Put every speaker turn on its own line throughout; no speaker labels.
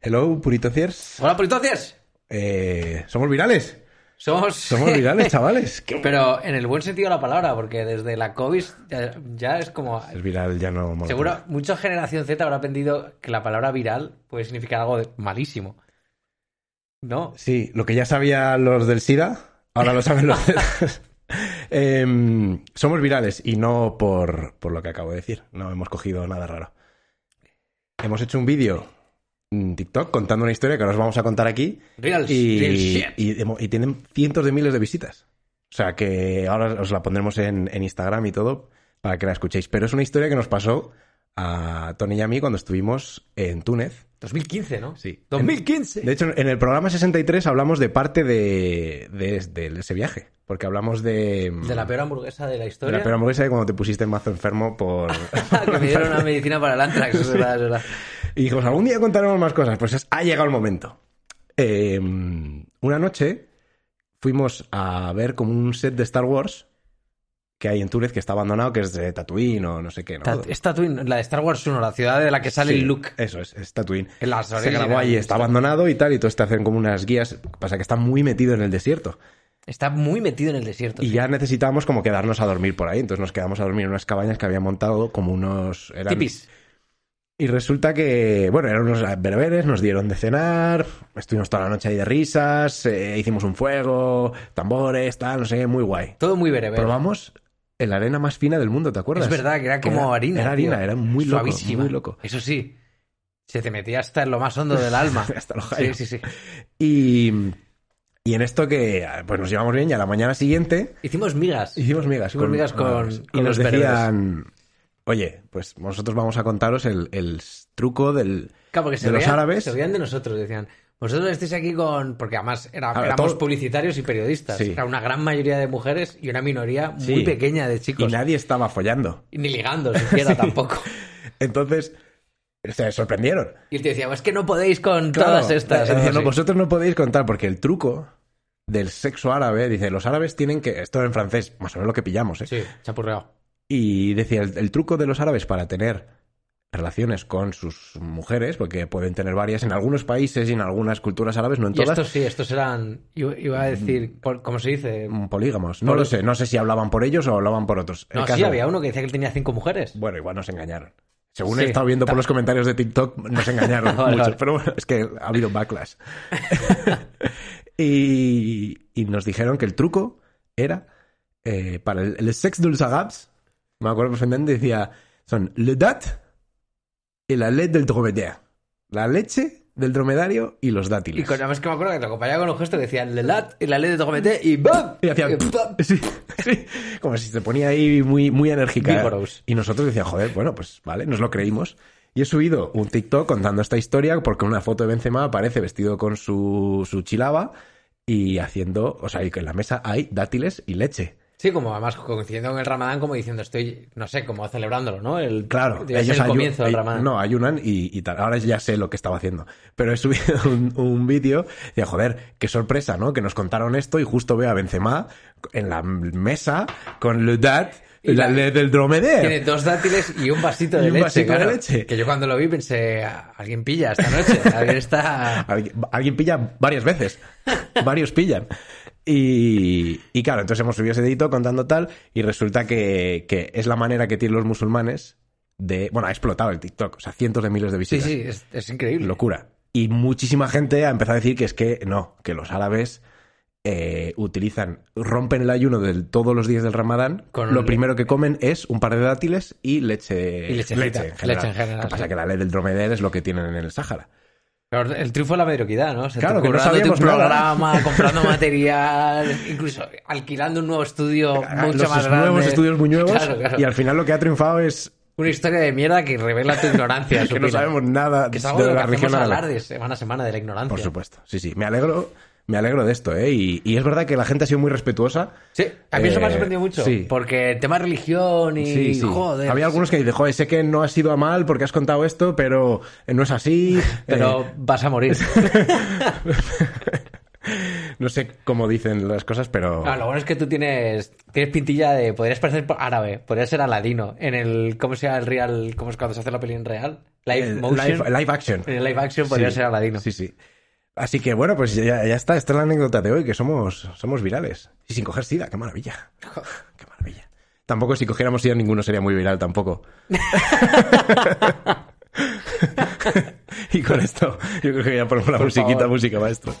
Hello, Puritociers.
Hola, Puritociers.
Eh, somos virales.
Somos...
Somos virales, chavales. Qué-
Pero en el buen sentido de la palabra, porque desde la COVID ya, ya es como...
Es viral, ya no mola
Seguro,
tanto.
mucha generación Z habrá aprendido que la palabra viral puede significar algo de- malísimo. ¿No?
Sí, lo que ya sabían los del SIDA, ahora lo saben los del... Em, somos virales y no por, por lo que acabo de decir. No hemos cogido nada raro. Hemos hecho un vídeo en TikTok contando una historia que ahora os vamos a contar aquí
Real, real
y,
shit.
y hemo- y tienen cientos de miles de visitas. O sea que ahora os la pondremos en, en Instagram y todo para que la escuchéis. Pero es una historia que nos pasó a Tony y a mí cuando estuvimos en Túnez.
2015, ¿no?
Sí.
2015.
De hecho, en el programa 63 hablamos de parte de, de- de ese viaje. Porque hablamos de...
De la peor hamburguesa de la
de
historia.
la peor hamburguesa de cuando te pusiste mazo enfermo por...
que me dieron una medicina para el antrax. es verdad, es verdad.
Y dijimos, algún día contaremos más cosas. Pues es- ha llegado el momento. Eh, una noche fuimos a ver como un set de Star Wars que hay en Túnez que está abandonado, que es de Tatooine o no sé qué, ¿no?
Ta- es Tatooine, la de Star Wars 1, la ciudad de la que sale
Sí,
el Luke.
Eso es, es Tatooine.
En las
Se
orillas.
grabó allí, está abandonado y tal, y entonces te hacen como unas guías. Pasa que está muy metido en el desierto.
Está muy metido en el desierto.
Y
sí.
ya necesitábamos como quedarnos a dormir por ahí. Entonces nos quedamos a dormir en unas cabañas que habían montado como unos... eran-
Tipis.
Y resulta que, bueno, eran unos berberes, nos dieron de cenar, estuvimos toda la noche ahí de risas, eh, hicimos un fuego, tambores, tal, no sé, muy guay.
Todo muy breve.
Probamos en la arena más fina del mundo, ¿te acuerdas?
Es verdad que era como harina.
Era harina,
tío.
era muy loco,
Suavísima.
muy loco.
Eso sí. Se te metía hasta en lo más hondo del alma.
Hasta los
Sí,
jaios.
sí, sí.
Y, y en esto que, pues nos llevamos bien y a la mañana siguiente
Hicimos migas.
hicimos migas.
Hicimos migas con-
Y
con
nos
los berberes.
decían, oye, pues nosotros vamos a contaros el, el truco del...
Claro, porque se
de los
veían,
árabes.
Se veían de nosotros. Decían, vosotros estáis aquí con. Porque además era-
Ahora,
éramos
todo-
publicitarios y periodistas.
Sí.
Era una gran mayoría de mujeres y una minoría muy
Sí.
pequeña de
Y
chicos.
nadie estaba follando.
Ni ligando siquiera tampoco.
Entonces, se sorprendieron.
Y él te decía, es que no podéis con todas estas.
Dice,
algo
no,
así.
vosotros no podéis contar porque el truco del sexo árabe, dice, los árabes tienen que, esto en francés, más o menos lo que pillamos, ¿eh?
Sí, chapurreado.
Y decía, el, el truco de los árabes para tener relaciones con sus mujeres, porque pueden tener varias en algunos países y en algunas culturas árabes, no en
Y
todas,
estos sí, estos eran. yo Iba a decir, por- ¿cómo se dice?
mm, polígamos. No lo sé, no sé si hablaban por ellos o hablaban por otros. El
No, sí,
caso-
había uno que decía que él tenía cinco mujeres.
Bueno, igual nos engañaron. Según he
Sí,
estado viendo por
ta-
los comentarios de TikTok, nos engañaron
Vale,
mucho.
vale.
Pero bueno, es que ha habido backlash. y, y nos dijeron que el truco era eh, para el, el sex dulce agabs, me acuerdo perfectamente, decía, son le dat y la lait del dromedaire. La leche del dromedario y los dátiles.
Y con, además que me acuerdo que te acompañaba con un gesto que decía Lelat y la ley de Togomete y ¡BAM!
Y hacían-
¡pam!
Sí, sí. Como si se ponía ahí muy, muy enérgica.
Vigorous.
Y nosotros decíamos, joder, bueno, pues vale, nos lo creímos. Y he subido un TikTok contando esta historia porque una foto de Benzema aparece vestido con su, su chilaba y haciendo, o sea, y que en la mesa hay dátiles y leche.
Sí, como además coincidiendo con el Ramadán, como diciendo estoy, no sé, como celebrándolo, ¿no? El,
Claro,
debe ser el
ayu-
comienzo del
eh,
Ramadán.
No, ayunan y, y tal. Ahora ya sé lo que estaba haciendo. Pero he subido un, un vídeo y, joder, qué sorpresa, ¿no? Que nos contaron esto y justo veo a Benzema en la mesa con Le Dat,
Y
la,
la-
ley del dromedaire.
Tiene dos dátiles y un vasito de
Y un
leche.
vasito de
claro.
leche.
Que yo cuando lo vi pensé, "Ah, alguien pilla esta noche, alguien está...
Alguien, alguien pilla varias veces. Varios pillan. Y, y claro, entonces hemos subido ese dedito contando tal y resulta que, que es la manera que tienen los musulmanes de... Bueno, ha explotado el TikTok. O sea, cientos de miles de
Sí,
visitas.
sí, es, es increíble.
Locura. Y muchísima gente ha empezado a decir que es que no, que los árabes eh, utilizan, rompen el ayuno de todos los días del Ramadán.
Con-
lo primero que comen es un par de dátiles y leche,
Y leche frita, leche en general,
Que pasa
sí.
que la ley del dromedario es lo que tienen en el Sáhara.
Pero el triunfo de la mediocridad, ¿no? Se
Claro,
te
que no
currándote
sabíamos
un
nada.
programa, comprando material, incluso alquilando un nuevo estudio mucho
los
más grande.
nuevos estudios muy nuevos
Claro, claro.
y al final lo que ha triunfado es
Una historia de mierda que revela tu ignorancia.
que no
supina.
sabemos nada
Que es algo
de
de lo que
la región
hacemos
árabe.
hablar de semana a semana de la ignorancia.
Por supuesto, sí, sí. Me alegro, me alegro de esto, ¿eh? Y, y es verdad que la gente ha sido muy respetuosa.
Sí, a mí eso me
Eh,
ha sorprendido mucho.
sí.
Porque el tema religión y
Sí, sí.
joder.
Había algunos que dicen, joder, sé que no has sido a mal porque has contado esto, pero eh, no es así.
Pero
eh,
vas a morir.
No sé cómo dicen las cosas, pero.
No, Ah, lo bueno es que tú tienes, tienes pintilla de. Podrías parecer árabe, podrías ser aladino. En el. ¿Cómo se llama el real? ¿Cómo es cuando se hace la peli en real? Live
El
motion.
Eh, live, live action.
En el live action podría
Sí,
ser aladino.
Sí, sí. Así que bueno, pues ya, ya está. Esta es la anécdota de hoy, que somos, somos virales. Y sin coger sida, qué maravilla. Qué maravilla. Tampoco si cogiéramos sida ninguno sería muy viral tampoco. y con esto, yo creo que ya ponemos la
Por
musiquita,
favor.
música maestro.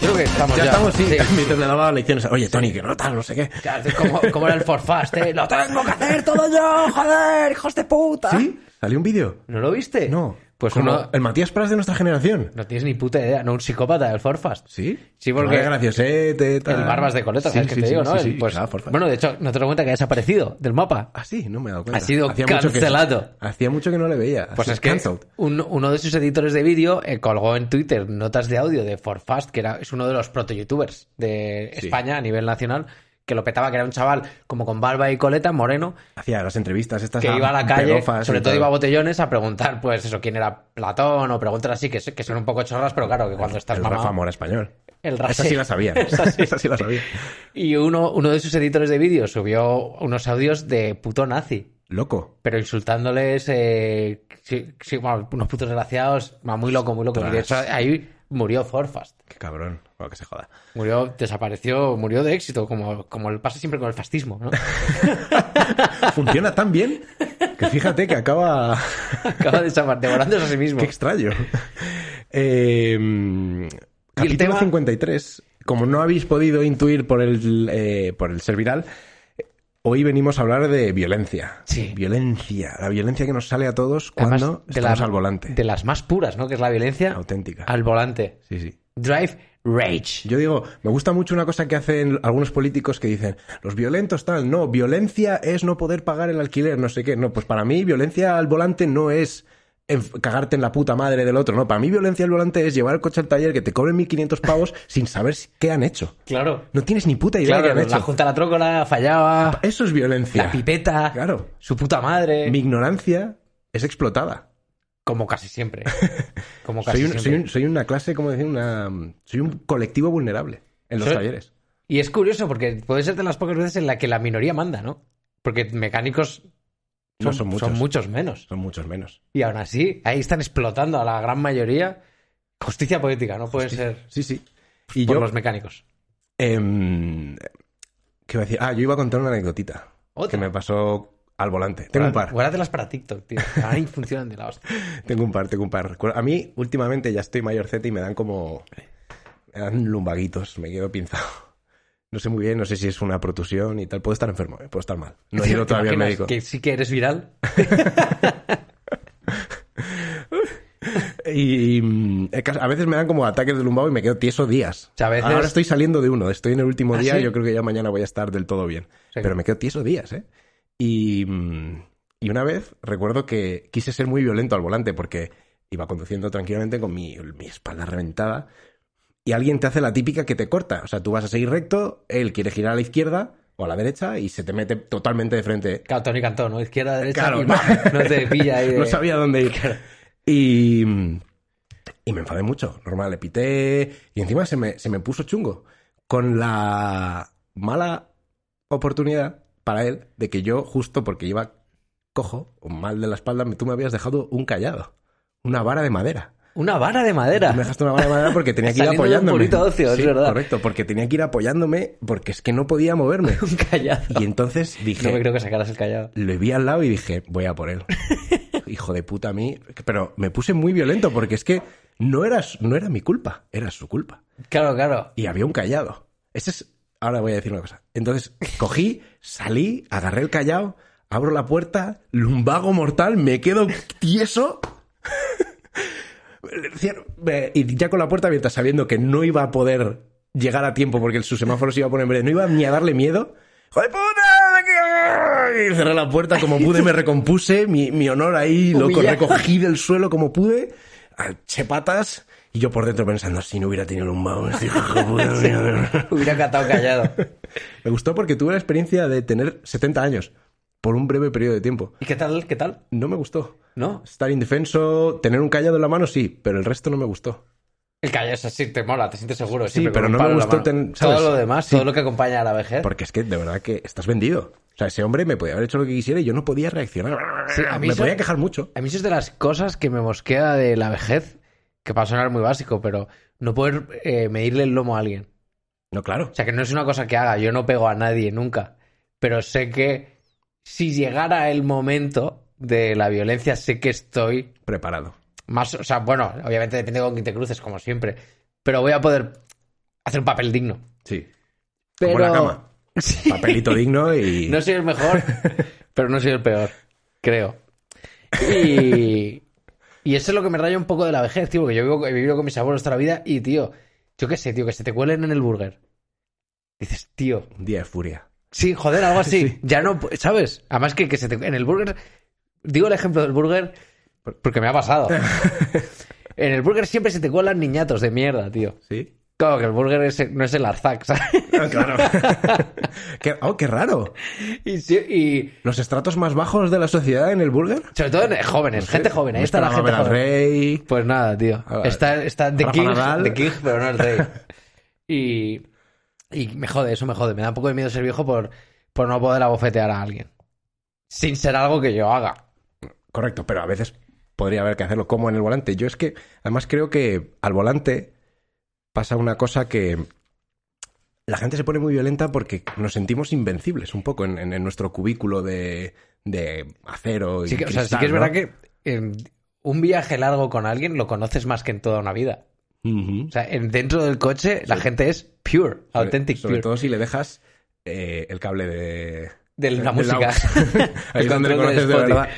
Creo que estamos ya.
Pues Ya, estamos, sí.
Sí.
Mientras le daba lecciones. Oye, Tony, que no tal, no sé qué.
Claro, es como, como era el forfast, ¿eh? ¡Lo tengo que hacer todo yo! ¡Joder, hijos de puta!
¿Sí? ¿Salió un vídeo?
¿No lo viste?
No.
Pues
Como
uno...
El Matías Pras de nuestra generación.
No tienes ni puta idea. No, un psicópata del forfast.
¿Sí?
Sí, eh, porque-
Qué graciosete, tal.
El barbas de coleta,
Sí,
¿sabes qué
sí,
te
sí,
digo,
sí,
no?
sí,
El- pues,
claro, porfa.
bueno, de hecho, no te das cuenta que ha desaparecido del mapa.
Ah, sí, no me he dado cuenta.
Ha sido cancelado.
Mucho que, hacía mucho que no le veía.
Pues
Así,
es que
cancelled.
un- uno de sus editores de vídeo eh, colgó en Twitter notas de audio de Forfast, que era, es uno de los proto-youtubers de
Sí.
España a nivel nacional, que lo petaba, que era un chaval como con barba y coleta, moreno,
Hacía las entrevistas estas.
que iba a la calle,
pedófas y
sobre todo
tal.
iba a botellones a preguntar, pues eso, quién era Platón o preguntas así, que, se- que son un poco chorras, pero claro, que cuando estás
El
mamado-
Rafa Mora español.
El Rafa-
Esa sí la sabía.
Esa sí.
Esa sí la sabía.
Y uno, uno de sus editores de vídeo subió unos audios de puto nazi.
Loco.
pero insultándoles, eh, sí, sí, bueno, unos putos desgraciados, va, muy loco, muy loco. Y de hecho,
Ostras.
ahí murió Forfast.
Qué cabrón. Bueno, que se joda.
Murió, desapareció, murió de éxito, como, como pasa siempre con el fascismo, ¿no?
Funciona tan bien que fíjate que acaba.
Acaba desapa- devorándose a sí mismo.
Qué extraño. Eh, mm, capítulo
tema?
53. Como no habéis podido intuir por el, eh, por el ser viral, eh, hoy venimos a hablar de violencia.
Sí.
Violencia. La violencia que nos sale a todos
Además,
cuando
de
estamos
la-
al volante.
De las más puras, ¿no? Que es la violencia
Auténtica.
al volante.
Sí, sí.
Drive Rage.
Yo digo, me gusta mucho una cosa que hacen algunos políticos que dicen, los violentos tal, no, violencia es no poder pagar el alquiler, no sé qué. No, pues para mí violencia al volante no es enf- cagarte en la puta madre del otro, no. Para mí violencia al volante es llevar el coche al taller, que te cobren 1.500 pavos sin saber si- qué han hecho.
Claro.
No tienes ni puta idea
Claro,
qué han
la
hecho.
junta a la trócola fallaba,
Eso es violencia.
la eh. pipeta,
Claro.
su puta madre,
Mi ignorancia es explotada.
como casi siempre. Como casi
Soy, un-
siempre.
soy un- soy una clase, como decir, una, soy un colectivo vulnerable en los
Soy-
talleres.
Y es curioso porque puede ser de las pocas veces en la que la minoría manda, ¿no? Porque mecánicos son,
No son muchos.
son muchos menos.
Son muchos menos.
Y aún así, ahí están explotando a la gran mayoría. Justicia política, no puede ser
Sí, sí. Y
Pues por
yo,
los mecánicos.
Em, ¿Qué iba a decir? Ah, yo iba a contar una anecdotita.
¿Otra?
Que me pasó al volante. Tengo un par.
Guárdatelas para TikTok, tío. Ahí funcionan de la hostia.
Tengo un par, tengo un par. A mí, últimamente, ya estoy mayor Z y me dan como. Me dan lumbaguitos, me quedo pinzado. No sé muy bien, no sé si es una protusión y tal. Puedo estar enfermo, eh, puedo estar mal. No he
¿Te
ido todavía al
imaginas
médico.
Que sí que eres viral.
Y mm, el caso- a veces me dan como ataques de lumbago y me quedo tieso días.
O sea, a veces-
Ahora estoy saliendo de uno, estoy en el último
¿Ah,
día
sí?
y yo creo que ya mañana voy a estar del todo bien.
Sí.
Pero me quedo tieso días, ¿eh? Y, mm, y una vez recuerdo que quise ser muy violento al volante porque iba conduciendo tranquilamente con mi, mi espalda reventada y alguien te hace la típica que te corta. O sea, tú vas a seguir recto, él quiere girar a la izquierda o a la derecha y se te mete totalmente de frente.
Claro, Tony Cantón, ¿no? Izquierda, derecha.
Claro.
y ¡pam! no te pilla ahí. de-
No sabía dónde ir. Y, y me enfadé mucho. Normal, le pité. Y encima se me, se me puso chungo. Con la mala oportunidad para él de que yo, justo porque iba cojo o mal de la espalda, me- tú me habías dejado un callado. Una vara de madera.
Una vara de madera.
Tú me dejaste una vara de madera porque tenía que ir
Saliendo de un
apoyándome.
purito ocio, es
Sí,
verdad.
Correcto, porque tenía que ir apoyándome porque es que no podía moverme.
Un callado.
Y entonces dije,
No me creo que sacaras el callado.
lo vi al lado y dije, voy a por él. Hijo de puta a mí. Pero me puse muy violento porque es que no era, su- no era mi culpa, era su culpa.
Claro, claro.
Y había un callado. Ese es. Ahora voy a decir una cosa. Entonces, cogí, salí, agarré el callado, abro la puerta, lumbago mortal, me quedo tieso. Cierro- me- Y ya con la puerta abierta, sabiendo que no iba a poder llegar a tiempo porque su semáforo se iba a poner en verde, no iba ni a darle miedo. ¡Joder, puta! Y cerré la puerta como pude, me recompuse, mi, mi honor ahí, loco,
Humillado.
recogí del suelo como pude. al chepatas. Y yo por dentro pensando, si no hubiera tenido lumbago, este hijo de puta, mira".
Hubiera catado callado.
Me gustó porque tuve la experiencia de tener 70 años por un breve periodo de tiempo.
¿Y qué tal? ¿Qué tal?
No me gustó.
¿No?
Estar indefenso, tener un callado en la mano, sí, pero el resto no me gustó.
El callado es así, te mola, te sientes seguro.
Sí,
siempre
pero
con un
no me
palo en la
gustó
mano.
ten- ¿sabes?
Todo lo demás,
Sí.
todo lo que acompaña a la vejez.
Porque es que de verdad que estás vendido. O sea, ese hombre me podía haber hecho lo que quisiera y yo no podía reaccionar.
Sí, a mí
me
eso-
podía quejar mucho.
A mí eso es de las cosas que me mosquea de la vejez, que para sonar muy básico, pero no poder eh, medirle el lomo a alguien.
No, claro.
O sea, que no es una cosa que haga, yo no pego a nadie nunca, pero sé que si llegara el momento de la violencia, sé que estoy
Preparado.
más, o sea, bueno, obviamente depende con quién te cruces, como siempre, pero voy a poder hacer un papel digno.
Sí.
Pero...
Como la cama.
Sí.
Papelito digno y.
No soy el mejor, pero no soy el peor, creo. Y, y eso es lo que me raya un poco de la vejez, tío, porque yo vivo- he vivido con mis abuelos toda la vida y, tío, yo qué sé, tío, que se te cuelen en el burger. Dices, tío,
Un día de furia.
sí, joder, algo así. Ya no, pu- ¿sabes? Además que, que se te, en el burger, digo el ejemplo del burger porque me ha pasado. En el burger siempre se te cuelan niñatos de mierda, tío.
Sí.
Claro que el burger es- no es el Arzac, ¿sabes?
Ah, claro. qué, oh, qué raro.
Y, sí- y
Los estratos más bajos de la sociedad en el burger. Pues
sobre todo en jóvenes, gente joven, ahí está la gente
al
joven.
rey.
Pues nada, tío.
Ah,
Está, está The
Rafa
King,
Nadal.
The King, pero no el rey. Y, y me jode, eso me jode. Me da un poco de miedo ser viejo por, por no poder abofetear a alguien. Sin ser algo que yo haga.
Correcto, pero a veces podría haber que hacerlo como en el volante. Yo es que, además, creo que al volante pasa una cosa que la gente se pone muy violenta porque nos sentimos invencibles un poco en, en- en nuestro cubículo de, de acero y
Sí que, o sea,
cristal,
sí que es
¿no?
verdad que eh, un viaje largo con alguien lo conoces más que en toda una vida.
Ujú.
O sea, en- dentro del coche la gente es pure,
Sobre-
authentic
Sobre
pure.
todo si le dejas eh, el cable de...
de la
del
música.
aux. Ahí
El
es donde le
control de
conoces de
Spotify.
verdad.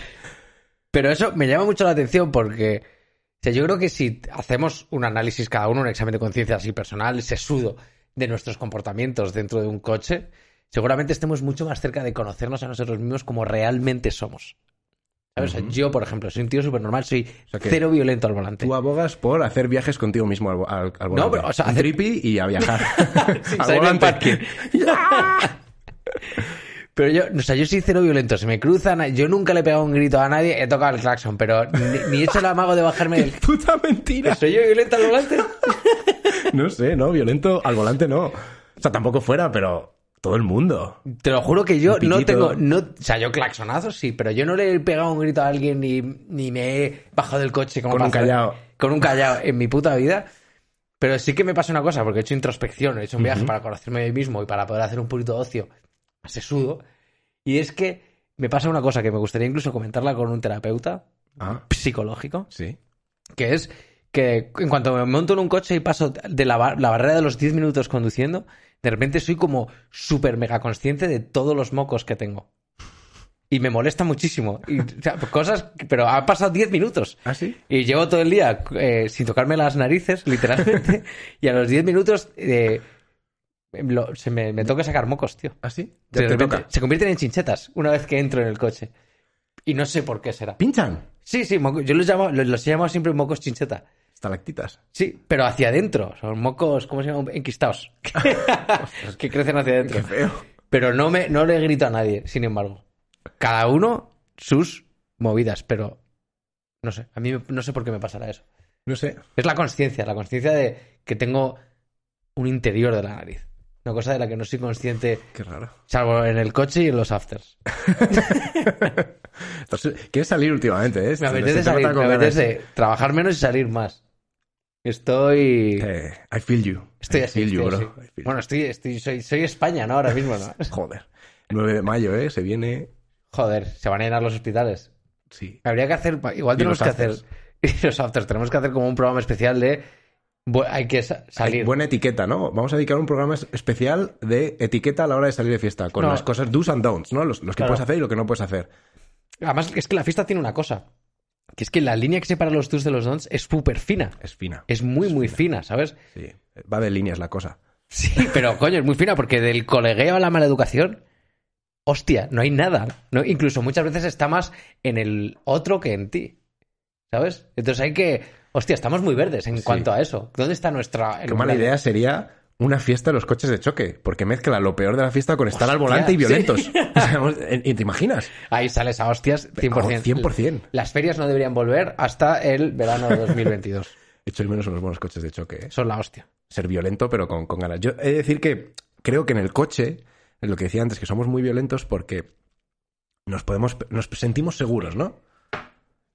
Pero eso me llama mucho la atención porque o sea, yo creo que si hacemos un análisis cada uno, un examen de conciencia así personal, sesudo, de nuestros comportamientos dentro de un coche, seguramente estemos mucho más cerca de conocernos a nosotros mismos como realmente somos. ¿Sabes? O sea,
Ujú.
yo, por ejemplo, soy un tío súper normal, soy
sea que
cero violento al volante.
Tú abogas por hacer viajes contigo mismo al, al, al volante.
pero, o sea,
Un
hacer-
tripi y a viajar.
Sin
al
salir del
volante.
parking. Pero yo, o sea, yo soy cero violento. Se me cruzan, yo nunca le he pegado un grito a nadie, he tocado el claxon, pero ni, ni he hecho el amago de bajarme del.
Puta mentira.
¿Soy yo violento al volante?
No sé, no, violento al volante no. O sea, tampoco fuera, pero todo el mundo.
Te lo juro que yo
Un
no
piquito.
tengo. No, o sea, yo claxonazo sí, pero yo no le he pegado un grito a alguien ni, ni me he bajado del coche como
Con un
para hacer-
callao.
Con un callao en mi puta vida. Pero sí que me pasa una cosa, porque he hecho introspección, he hecho un viaje para conocerme a mí mismo y para poder hacer un poquito de ocio sesudo. Y es que me pasa una cosa que me gustaría incluso comentarla con un terapeuta
Ah,
psicológico,
sí.
que es que en cuanto me monto en un coche y paso de la, ba- la barrera de los 10 minutos conduciendo, de repente soy como súper mega consciente de todos los mocos que tengo. Y me molesta muchísimo. Y, o sea, pues cosas, que- pero ha pasado 10 minutos.
¿Ah, sí?
Y llevo todo el día eh, sin tocarme las narices, literalmente. y a los 10 minutos eh, lo- se me, me toca sacar mocos, tío.
¿Ah, sí?
De
Ya te
repente
toca.
Se convierten en chinchetas una vez que entro en el coche. Y no sé por qué será.
Pinchan.
Sí, sí, moco- yo los, llamo, los, los he llamado siempre mocos chincheta.
Estalactitas.
Sí, pero hacia adentro. Son mocos, ¿cómo se llama? Enquistados. que crecen hacia adentro.
Qué feo.
Pero no, me, no le grito a nadie, sin embargo. Cada uno sus movidas, pero no sé. A mí me- no sé por qué me pasará eso.
No sé.
Es la conciencia, la conciencia de que tengo un interior de la nariz. Una cosa de la que no soy consciente,
Qué raro.
salvo en el coche y en los afters.
Entonces, quieres salir últimamente, ¿eh?
Me
Te-
apetece
te trata
salir,
con
me
ganas.
apetece trabajar menos y salir más. Estoy...
Eh, I feel you.
Estoy
I
así.
feel you, bro.
estoy así.
I feel
Bueno, estoy, estoy, soy, soy España, ¿no? Ahora mismo, ¿no?
you. Joder. 9 de mayo, ¿eh? Se viene...
Joder, se van a llenar los hospitales.
Sí.
Habría que hacer. Igual
Y
tenemos
los
que hacer.
afters.
Y los afters. Tenemos que hacer como un programa especial de. bu- hay que sa-
Hay
salir.
buena etiqueta, ¿no? Vamos a dedicar un programa es- especial de etiqueta a la hora de salir de fiesta, con
No.
las cosas do's and don'ts, ¿no? Los, los que
Claro.
puedes hacer y lo que no puedes hacer.
Además, es que la fiesta tiene una cosa. Que es que la línea que separa los tus de los dons es súper fina.
Es fina.
Es muy, muy fina, ¿sabes?
Sí. Va de líneas la cosa.
Sí, pero coño, es muy fina porque del colegueo a la mala educación. Hostia, no hay nada. No, incluso muchas veces está más en el otro que en ti. ¿Sabes? Entonces hay que. Hostia, estamos muy verdes en
Sí.
cuanto a eso. ¿Dónde está nuestra...
Qué mala idea sería una fiesta de los coches de choque, porque mezcla lo peor de la fiesta con estar al
Hostia,
volante y
sí.
violentos. O sea, vamos, ¿y- y ¿Te imaginas?
Ahí sales a hostias 100%.
Oh, 100%.
Las ferias no deberían volver hasta el verano de 2022.
Echo de menos unos buenos coches de choque. ¿eh?
Son la hostia.
ser violento, pero con, con ganas. Yo he de decir que creo que en el coche, en lo que decía antes, que somos muy violentos porque nos podemos, nos sentimos seguros, ¿no?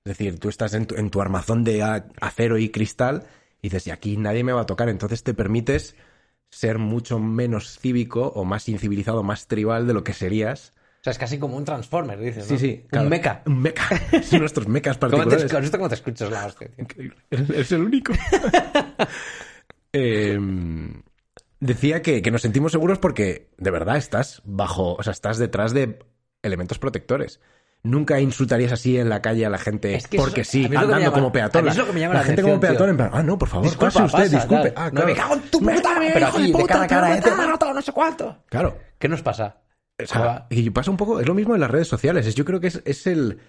Es decir, tú estás en tu, en tu armazón de a- acero y cristal y dices, y aquí nadie me va a tocar, entonces te permites ser mucho menos cívico o más incivilizado, más tribal de lo que serías.
O sea, es casi como un Transformer, dices.
Sí,
¿no?
sí. claro.
Un mecha.
Un meca. Son nuestros mecas
¿Cómo te,
particulares.
con esto cómo te escuchas la hostia, tío?
Increíble. Es el único. Eh, decía que, que nos sentimos seguros porque de verdad estás bajo, o sea, estás detrás de elementos protectores. Nunca insultarías así en la calle a la gente
Es que eso-
porque
a
sí,
mí es lo que me
andando
llama-
como
a mí
peatona.
es lo que me llama la
gente
atención,
como peatona,
tío.
en plan, ah, no, por favor,
Disculpa,
pase usted,
pasa,
disculpe.
tal.
Ah,
No,
claro.
me cago en tu puta,
Pero
pero
hijo
así,
de
de
puta,
cara a cara,
te
¿eh?
voy a matar.
no sé cuánto.
Claro.
¿Qué nos pasa?
O sea,
Ahora-
y pasa un poco, es lo mismo en las redes sociales. Es- Yo creo que es, es el,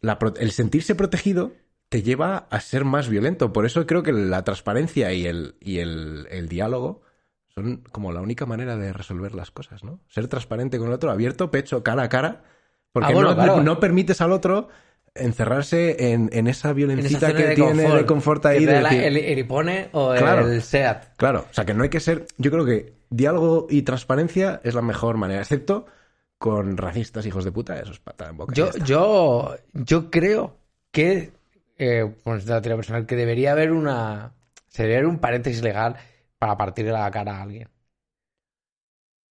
la pro- el sentirse protegido te lleva a ser más violento. Por eso creo que la transparencia y el, y el, el diálogo son como la única manera de resolver las cosas, ¿no? Ser transparente con el otro, abierto, pecho, cara a cara, porque
Ah, bueno,
no,
claro.
no permites al otro encerrarse en, en esa
En esa
violencita
zona
que
de
tiene de confort ahí. de
Que te da la-
decir-
el, el Ipone o
Claro.
el SEAT.
Claro, o sea que no hay que ser. Yo creo que diálogo y transparencia es la mejor manera, excepto con racistas, hijos de puta, esos patas en boca.
Yo,
Pues ya está.
yo, yo creo que, eh, bueno, es una teoría personal, que debería haber una. Se debería haber un paréntesis legal para partirle la cara a alguien.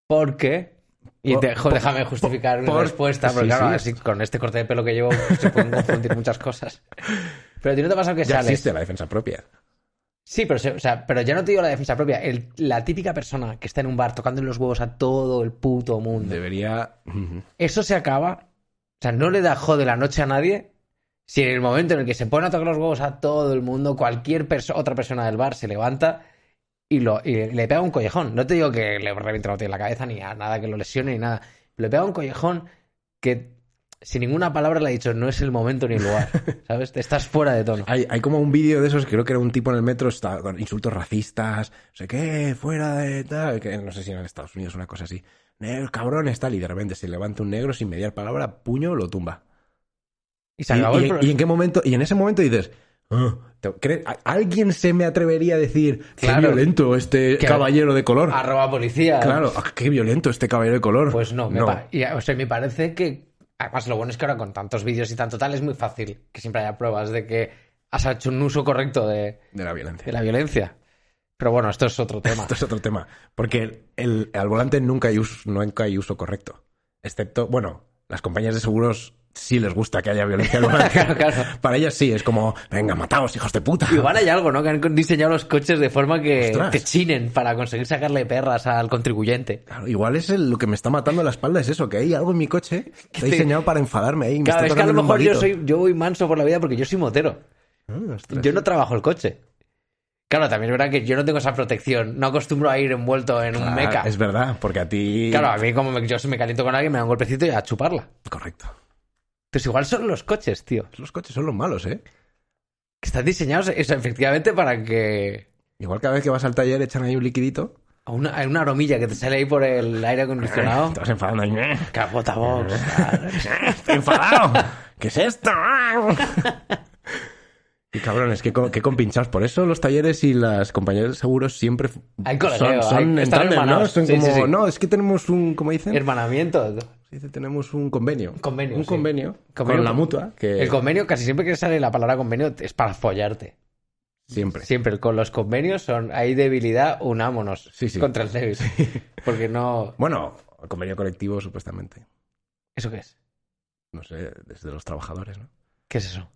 Porque. Y
Por-
te- jo, déjame justificar una
por-
respuesta, porque
sí,
claro,
sí.
así con este corte de pelo que llevo se pueden confundir muchas cosas. Pero a ti no te pasa que
ya
sales.
existe la defensa propia.
Sí, pero, se- o sea, pero ya no te digo la defensa propia. El- la típica persona que está en un bar tocando los huevos a todo el puto mundo.
Debería. Ujú.
Eso se acaba. O sea, no le da jode la noche a nadie. Si en el momento en el que se pone a tocar los huevos a todo el mundo, cualquier perso- otra persona del bar se levanta y, lo, y le, le pega un collejón. No te digo que le revienta la botella en la cabeza ni a nada que lo lesione ni nada. Le pega un collejón que sin ninguna palabra le ha dicho no es el momento ni el lugar. ¿Sabes? Te Estás fuera de tono.
Hay, hay como un vídeo de esos, creo que era un tipo en el metro está, con insultos racistas, no sé qué, fuera de tal, que no sé si en Estados Unidos una cosa así. Negros, cabrones, tal, y de repente se levanta un negro sin mediar palabra, puño, lo tumba.
Y se
Y-
acabó
y,
el pro-
y en qué momento, y en ese momento dices, "Ah, ¿te- cre- a- ¿alguien se me atrevería a decir qué
Claro.
violento este
Que-
caballero de color?
Arroba policía.
Claro, ah, qué violento este caballero de color.
Pues no, me pa- y, o sea, me parece que. Además, lo bueno es que ahora con tantos vídeos y tanto tal es muy fácil que siempre haya pruebas de que has hecho un uso correcto de,
de la
de
violencia.
la violencia. Pero bueno, esto es otro tema.
Esto es otro tema. Porque el, el- al volante nunca hay, uso, nunca hay uso correcto. Excepto, bueno, las compañías de seguros sí les gusta que haya violencia al volante.
Claro, claro.
Para ellas sí, es como, venga, mataos, hijos de puta.
Igual hay algo, ¿no? Que han diseñado los coches de forma que
Ostras.
te chinen para conseguir sacarle perras al contribuyente.
Claro, igual es el- lo que me está matando la espalda, es eso, que hay algo en mi coche que he
te-
diseñado para enfadarme. ahí, me
Claro,
está
es que a lo
tocando el
mejor yo,
lumbarito.
soy, yo voy manso por la vida porque yo soy motero.
Ah, ostras.
Yo no trabajo el coche. Claro, también es verdad que yo no tengo esa protección. No acostumbro a ir envuelto en un
Ah,
meca.
Es verdad, porque a ti.
Claro, a mí como me- yo si me caliento con alguien me da un golpecito y a chuparla.
Correcto.
Entonces Pues igual son los coches, tío.
Los coches son los malos, ¿eh?
Que están diseñados eso, efectivamente para que...
Igual cada vez que vas al taller echan ahí un liquidito.
a Una, a una aromilla que te sale ahí por el aire acondicionado.
Te vas enfadando ahí.
Capota box.
Estoy enfadado. ¿Qué es esto? y cabrones, qué, co- qué compinchados. Por eso los talleres y las compañías de seguros siempre f-
Hay
son,
colegio,
son
hay-
en
están
tándem, ¿no?
hermanados.
Son
Sí,
como,
sí, sí.
no, es que tenemos un, ¿cómo dicen?
Hermanamiento.
Se dice, tenemos un convenio.
Convenio,
Un
sí.
convenio,
Convenio
con la
con-
mutua, que
El convenio, casi siempre que sale la palabra convenio es para follarte.
siempre.
Siempre con los convenios son hay debilidad, unámonos
Sí, sí.
contra el débil. Porque no...
Bueno, convenio colectivo, supuestamente.
¿Eso qué es?
No sé, desde los trabajadores, ¿no?
¿Qué es eso?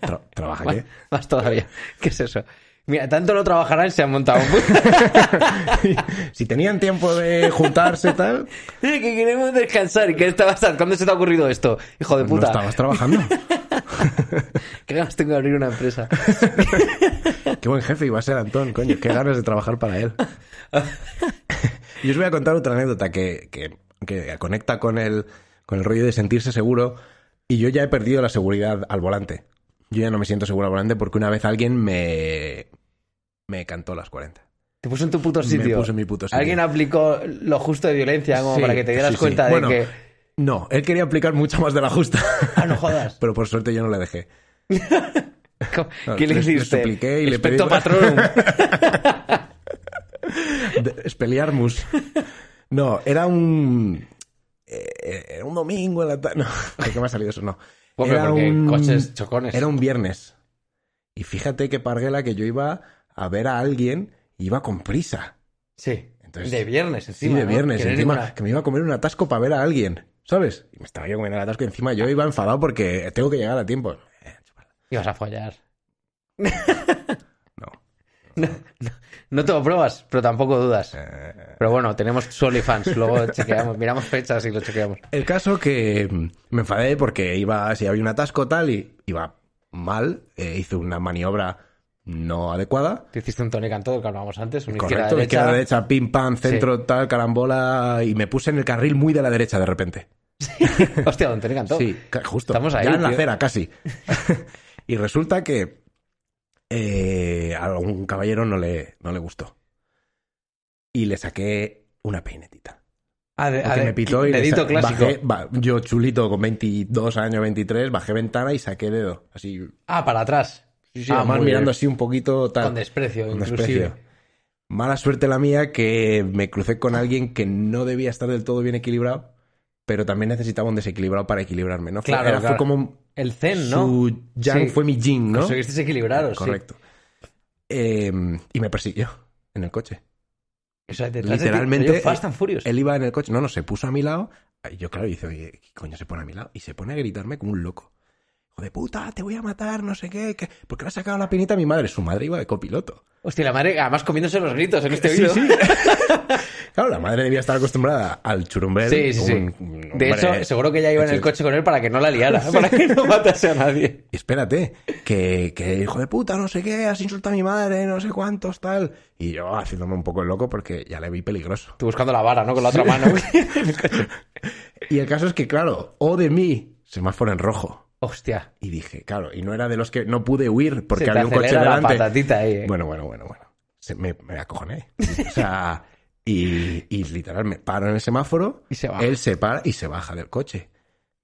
Tra- ¿Trabaja
Más,
qué?
más todavía. ¿Qué es eso? Mira, tanto lo trabajarán se han montado un...
si tenían tiempo de juntarse tal,
Eh, que queremos descansar y que estabas cuándo se te ha ocurrido esto hijo de
no
puta
estabas trabajando.
que ganas tengo de abrir una empresa
Qué buen jefe iba a ser Antón, coño, qué ganas de trabajar para él. Yo os voy a contar otra anécdota que, que- que conecta con el, con el rollo de sentirse seguro y yo ya he perdido la seguridad al volante. Yo ya no me siento seguro al volante porque una vez alguien me, me cantó las 40.
Te puso en tu puto sitio.
Me puso en mi puto sitio.
Alguien aplicó lo justo de violencia como
Sí,
para que te dieras
sí, sí.
cuenta de
Bueno,
que.
No, él quería aplicar mucho más de la justa,
Ah, no jodas.
pero por suerte yo no le dejé.
¿Cómo-
Pues, No,
¿Qué le
le- le
hiciste?
supliqué y le pedí-
Expecto patronum.
De- Expelliarmus. No, era un. eh, Era un domingo en la tarde. No, ¿por qué me ha salido eso? No.
Hombre,
Era
porque
un-
coches chocones.
Era un viernes. Y fíjate que parguela que yo iba a ver a alguien, iba con prisa.
Sí.
Entonces-
de viernes,
Sí,
encima.
de
¿no?
viernes.
Que no hay
encima,
ninguna-
que me iba a comer un atasco para ver a alguien, ¿sabes? Y me estaba yo comiendo el atasco. y Encima yo iba enfadado porque tengo que llegar a tiempo. Eh, chaval,
Ibas a follar.
No.
No, no, no tengo pruebas, pero tampoco dudas.
Eh,
Pero bueno, tenemos Soli fans. Luego chequeamos, miramos fechas y lo chequeamos.
El caso que mm, me enfadé porque iba, si había un atasco tal, y iba mal, eh, hice una maniobra no adecuada.
Te hiciste un Tony Cantó del que hablábamos antes. Un izquierda,
Correcto, de izquierda
derecha.
derecha, pim pam, centro tal, carambola, y me puse en el carril muy de la derecha de repente.
Hostia, don Tony Cantó.
Sí, ca- justo.
Estamos ahí,
ya en la
tío.
acera casi. y resulta que eh, a algún caballero no le, no le gustó. Y le saqué una peinetita.
Ah, de- ah,
Porque
de-
me pitó y le
dedito
sa-
clásico.
bajé- ba- yo chulito con 22 años, 23, bajé ventana y saqué dedo. Así,
Ah, para atrás. Sí, sí,
además
muy
Ah, mirando
bien.
así un poquito tal.
Con desprecio,
con
inclusive.
desprecio. Mala suerte la mía que me crucé con alguien que no debía estar del todo bien equilibrado, pero también necesitaba un desequilibrado para equilibrarme, ¿no? Fue-
Claro,
era-
claro.
fue como
El Zen, ¿no?
su yang
Sí.
fue mi yin, ¿no?
Conseguiste equilibraros.
Correcto. Eh, y me persiguió en el coche.
Sí. O sea, detrás de ti,
Literalmente,
rollo Fast and Furious.
Él iba en el coche, no, no, se puso a mi lado. Y yo, claro, dice, oye, ¿qué coño se pone a mi lado? Y se pone a gritarme como un loco. Hijo de puta, te voy a matar, no sé qué. que- ¿Por qué le ha sacado la pinita a mi madre? Su madre iba de copiloto.
Hostia, la madre, además comiéndose los gritos en este
Sí,
vídeo.
sí. Claro, la madre debía estar acostumbrada al churumbel.
Sí, sí, sí.
un- un
De
hombre-
hecho, seguro que ella iba en el
hecho-
coche con él para que no la liara, para que no matase a nadie.
Y espérate, que, que hijo de puta, no sé qué, has insultado a mi madre, no sé cuántos, tal. Y yo haciéndome un poco el loco porque ya le vi peligroso.
Tú buscando la vara, ¿no? Con la otra mano.
Y el caso es que, claro, o de mí, semáforo en rojo.
Hostia.
Y dije, claro, y no era de los que no pude huir porque
Se te
había un coche
acelera la
delante.
patatita ahí, eh.
Bueno, bueno, bueno, bueno. Se- me, me acojoné. O sea, y, y literal, me paro en el semáforo,
Y se va.
él se para y se baja del coche.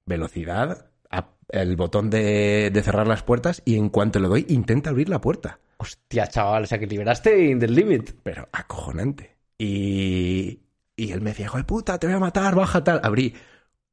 Velocidad, a- el botón de, de cerrar las puertas y en cuanto le doy, intenta abrir la puerta.
Hostia, chaval, o sea que liberaste in the limit.
Pero acojonante. Y, y él me decía, hijo de puta, te voy a matar, baja tal. Abrí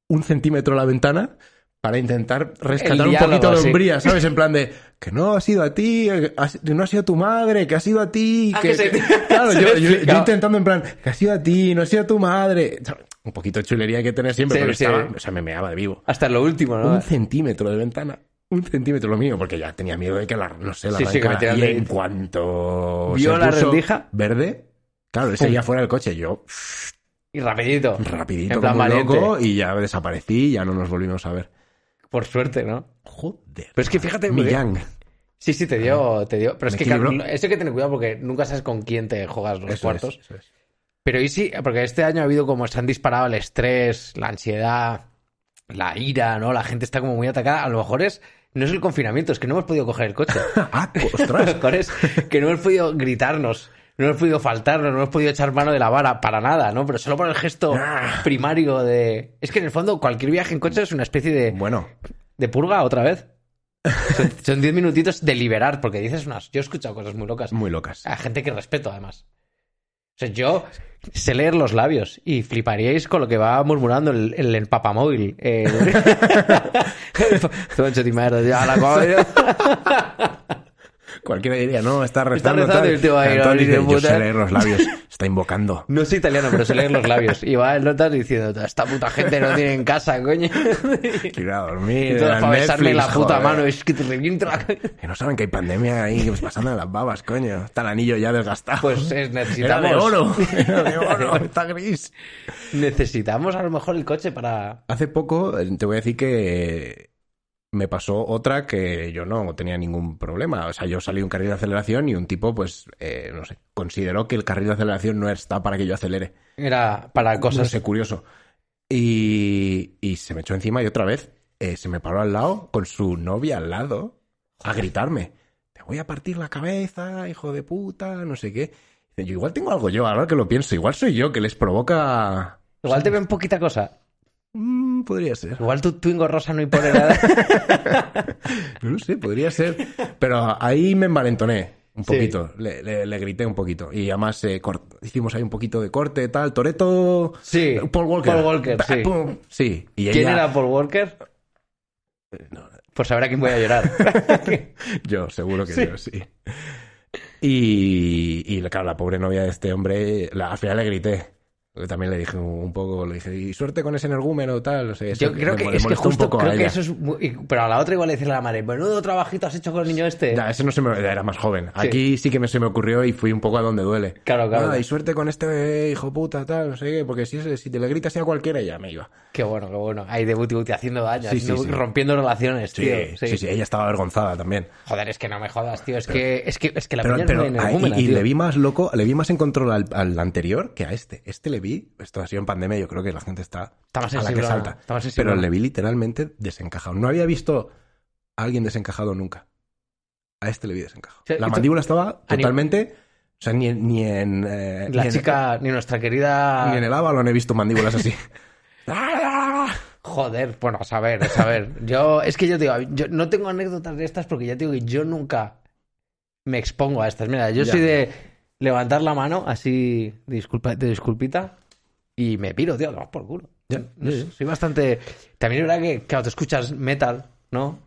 un centímetro la ventana para intentar rescatar
El
un
diálogo,
poquito de
sí.
hombría, ¿sabes? En plan de, que no ha sido a ti, eh, ha si- no ha sido tu madre, que ha sido a ti.
Ah, que se-
Claro,
se
yo,
lo he
yo- yo
explicado.
intentando en plan, que ha sido a ti, no ha sido a tu madre. Un poquito de chulería hay que tener siempre,
Sí,
pero
sí. Ah.
estaba- o sea, me meaba de vivo.
Hasta lo último, ¿no?
Un centímetro de ventana. Un centímetro lo mío, porque ya tenía miedo de que la, no sé, la
Sí, sí, que me
arrancara.
tiran
Y
de-
en cuanto
¿Vio
se
la
puso
rendija?
verde, claro, él seguía fuera del coche. Yo,
Y rapidito.
rapidito,
En plan
como un
valiente.
loco, y ya desaparecí, ya no nos volvimos a ver.
Por suerte, ¿no?
Joder.
Pero es que fíjate,
mi
güey.
yang.
Sí, sí, te dio, te dio. Pero es
Me
que claro,
equilibró.
eso hay que tener cuidado porque nunca sabes con quién te juegas los
Eso
cuartos.
es, eso es.
Pero y sí, porque este año ha habido como se han disparado el estrés, la ansiedad, la ira, ¿no? La gente está como muy atacada. A lo mejor es, no es el confinamiento, es que no hemos podido coger el coche.
Ah,
A lo
ostras.
mejor es que no hemos podido gritarnos, no hemos podido faltarnos, no hemos podido echar mano de la vara para nada, ¿no? Pero solo por el gesto
Ah.
primario de. Es que en el fondo cualquier viaje en coche es una especie de,
bueno,
de purga otra vez. Son- Son diez minutitos de liberar, porque dices unas. Yo he escuchado cosas muy locas.
muy locas.
A gente que respeto, además. O sea, yo sé leer los labios y fliparíais con lo que va murmurando el, el empapamóvil. Eh, Toncho de mierda, ya la coño.
Cualquiera diría, no, está rezando.
rezando
tal.
y el tío ahí,
Antón
no,
dice,
ni de
yo
puta".
sé leer los labios. Está invocando.
No soy italiano, pero sé leer los labios. Y va el notas diciendo, "Toda esta puta gente no tiene en casa, coño.
Que ir a
Y
dormir.
todo
era
para besarme
Netflix,
la puta
joder.
mano, es que te reviento la ca-".
Que no saben que hay pandemia ahí, que pasando en las babas, coño. Está el anillo ya desgastado.
Pues es,
Era
necesitamos...
de oro, era de oro, está gris.
Necesitamos a lo mejor el coche para...
Hace poco eh, te voy a decir que me pasó otra que yo no tenía ningún problema. O sea, yo salí un carril de aceleración y un tipo, pues, eh, no sé, consideró que el carril de aceleración no está para que yo acelere.
Era para
No
cosas...
sé, curioso. Y, y se me echó encima y otra vez eh, se me paró al lado con su novia al lado. a gritarme. Te voy a partir la cabeza, hijo de puta, no sé qué. Dice, Yo igual tengo algo yo, ahora que lo pienso. Igual soy yo que les provoca...
Igual te ven poquita cosa.
Mm, podría ser.
Igual tu Twingo rosa no impone nada.
No lo sé, podría ser. Pero ahí me envalentoné un
Sí.
poquito. Le, le- le grité un poquito. Y además eh, cor- hicimos ahí un poquito de corte, tal. Toreto.
Sí.
Paul Walker.
Paul Walker, sí.
pum, sí. Y Eh,
¿Quién
ella-
era Paul Walker? Pues sabrá quién voy a llorar.
Yo, seguro que
Sí.
yo, sí. Y, y claro, la pobre novia de este hombre, la- al final le grité. Yo También le dije un poco, le dije, y suerte con ese energúmeno, tal. No sé, eso
Yo creo
me
que
mol-
es que
molestó un
justo
poco a
creo que
ella.
eso es muy- y- pero a la otra igual le dices a la madre, menudo trabajito has hecho con el niño este.
Ya, ese no se me... Era más joven. Aquí sí que me, se me ocurrió y fui un poco a donde duele.
Claro, claro.
Ah, y suerte con este hijo puta, tal, no sé qué, porque si, ese- si te le gritas a cualquiera ya me iba.
Qué bueno, qué bueno. Ahí de Buti Buti haciendo daño,
Sí, sí,
haciendo-
sí.
rompiendo relaciones,
Sí,
tío.
sí, sí, ella estaba avergonzada también.
Joder, es que no me jodas, tío. Es que, es que, es que la
Pero,
peña es
pero
muy
ahí-
energúmena,
y,
tío.
le vi más loco, le vi más en control al, al anterior que a este. Este le vi, esto ha sido en pandemia, yo creo que la gente está,
Está más
a la que
sensible, ¿no?
salta.
Está más sensible,
pero
¿no?
le vi literalmente desencajado. No había visto a alguien desencajado nunca. A este le vi desencajado.
sea,
la
esto-
mandíbula estaba
Ani-
totalmente, o sea, ni, ni en eh,
La
ni en-
chica, ni nuestra querida.
ni en el Avalon he visto mandíbulas así. ¡Ah!
Joder, bueno, a saber, a saber. Yo, es que yo te digo, yo no tengo anécdotas de estas porque ya te digo que yo nunca me expongo a estas. Mira, yo
Ya.
soy de levantar la mano así, de disculpa, de disculpita, y me piro, tío, no, por culo.
Ya,
No sé, Soy bastante. También es verdad que, claro, te escuchas metal, ¿no?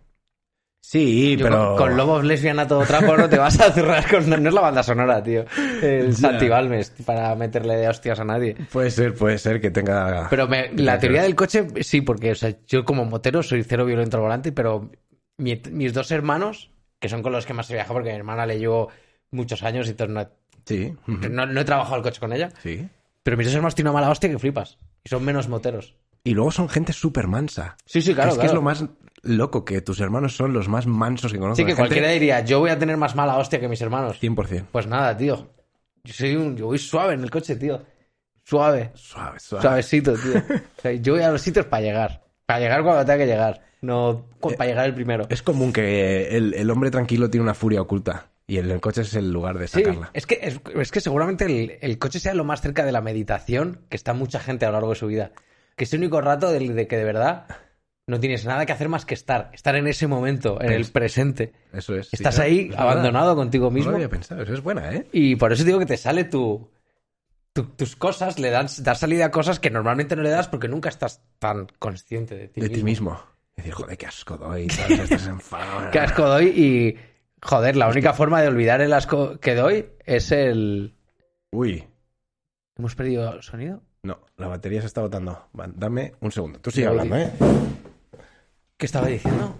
Sí,
Yo
pero...
con, con lobos lesbian a todo trapo no te vas a cerrar con. No, no es la banda sonora, tío. El
Ya.
Santi Balmes para meterle de hostias a nadie.
Puede ser, puede ser que tenga...
Pero me- la teoría del coche, sí, porque o sea, yo como motero soy cero violento al volante, pero mi- mis dos hermanos, que son con los que más se viaja, porque mi hermana le llevo muchos años y entonces no he,
Sí. ujú,
no- no he trabajado el coche con ella,
Sí.
pero mis dos hermanos tienen una mala hostia que flipas. Y son menos moteros.
Y luego son gente súper mansa.
Sí, sí, claro.
es que es lo más loco, que tus hermanos son los más mansos que conozco.
Sí, que
Hay gente-
cualquiera diría, yo voy a tener más mala hostia que mis hermanos.
100%.
Pues nada, tío. Yo soy un, yo voy suave en el coche, tío. Suave.
Suave, suave.
Suavecito, tío. O sea, yo voy a los sitios para llegar. Para llegar cuando tenga que llegar. No
Eh,
cu- para llegar el primero.
Es común que el, el hombre tranquilo tiene una furia oculta y el, el coche es el lugar de
Sí,
sacarla.
es que, es, es que seguramente el, el coche sea lo más cerca de la meditación que está mucha gente a lo largo de su vida. Que es el único rato del, de que de verdad no tienes nada que hacer más que estar. Estar en ese momento, en el
Pens-
presente.
Eso es. sí,
Estás
claro.
ahí
Es verdad.
abandonado contigo
No
mismo.
lo había pensado, eso es buena, ¿eh?
Y por eso digo que te sale tu, tu- tus cosas, le das, das salida a cosas que normalmente no le das porque nunca estás tan consciente de ti
De
mismo.
ti mismo. Es decir, joder, qué asco doy. tal, Estás enfadado.
Qué asco doy y, joder, la única forma de olvidar el asco que doy es el...
Uy.
¿Hemos perdido sonido?
No, la batería se está botando. Va, Dame un segundo. Tú sigue
Voy.
hablando, ¿eh?
¿Qué estaba diciendo?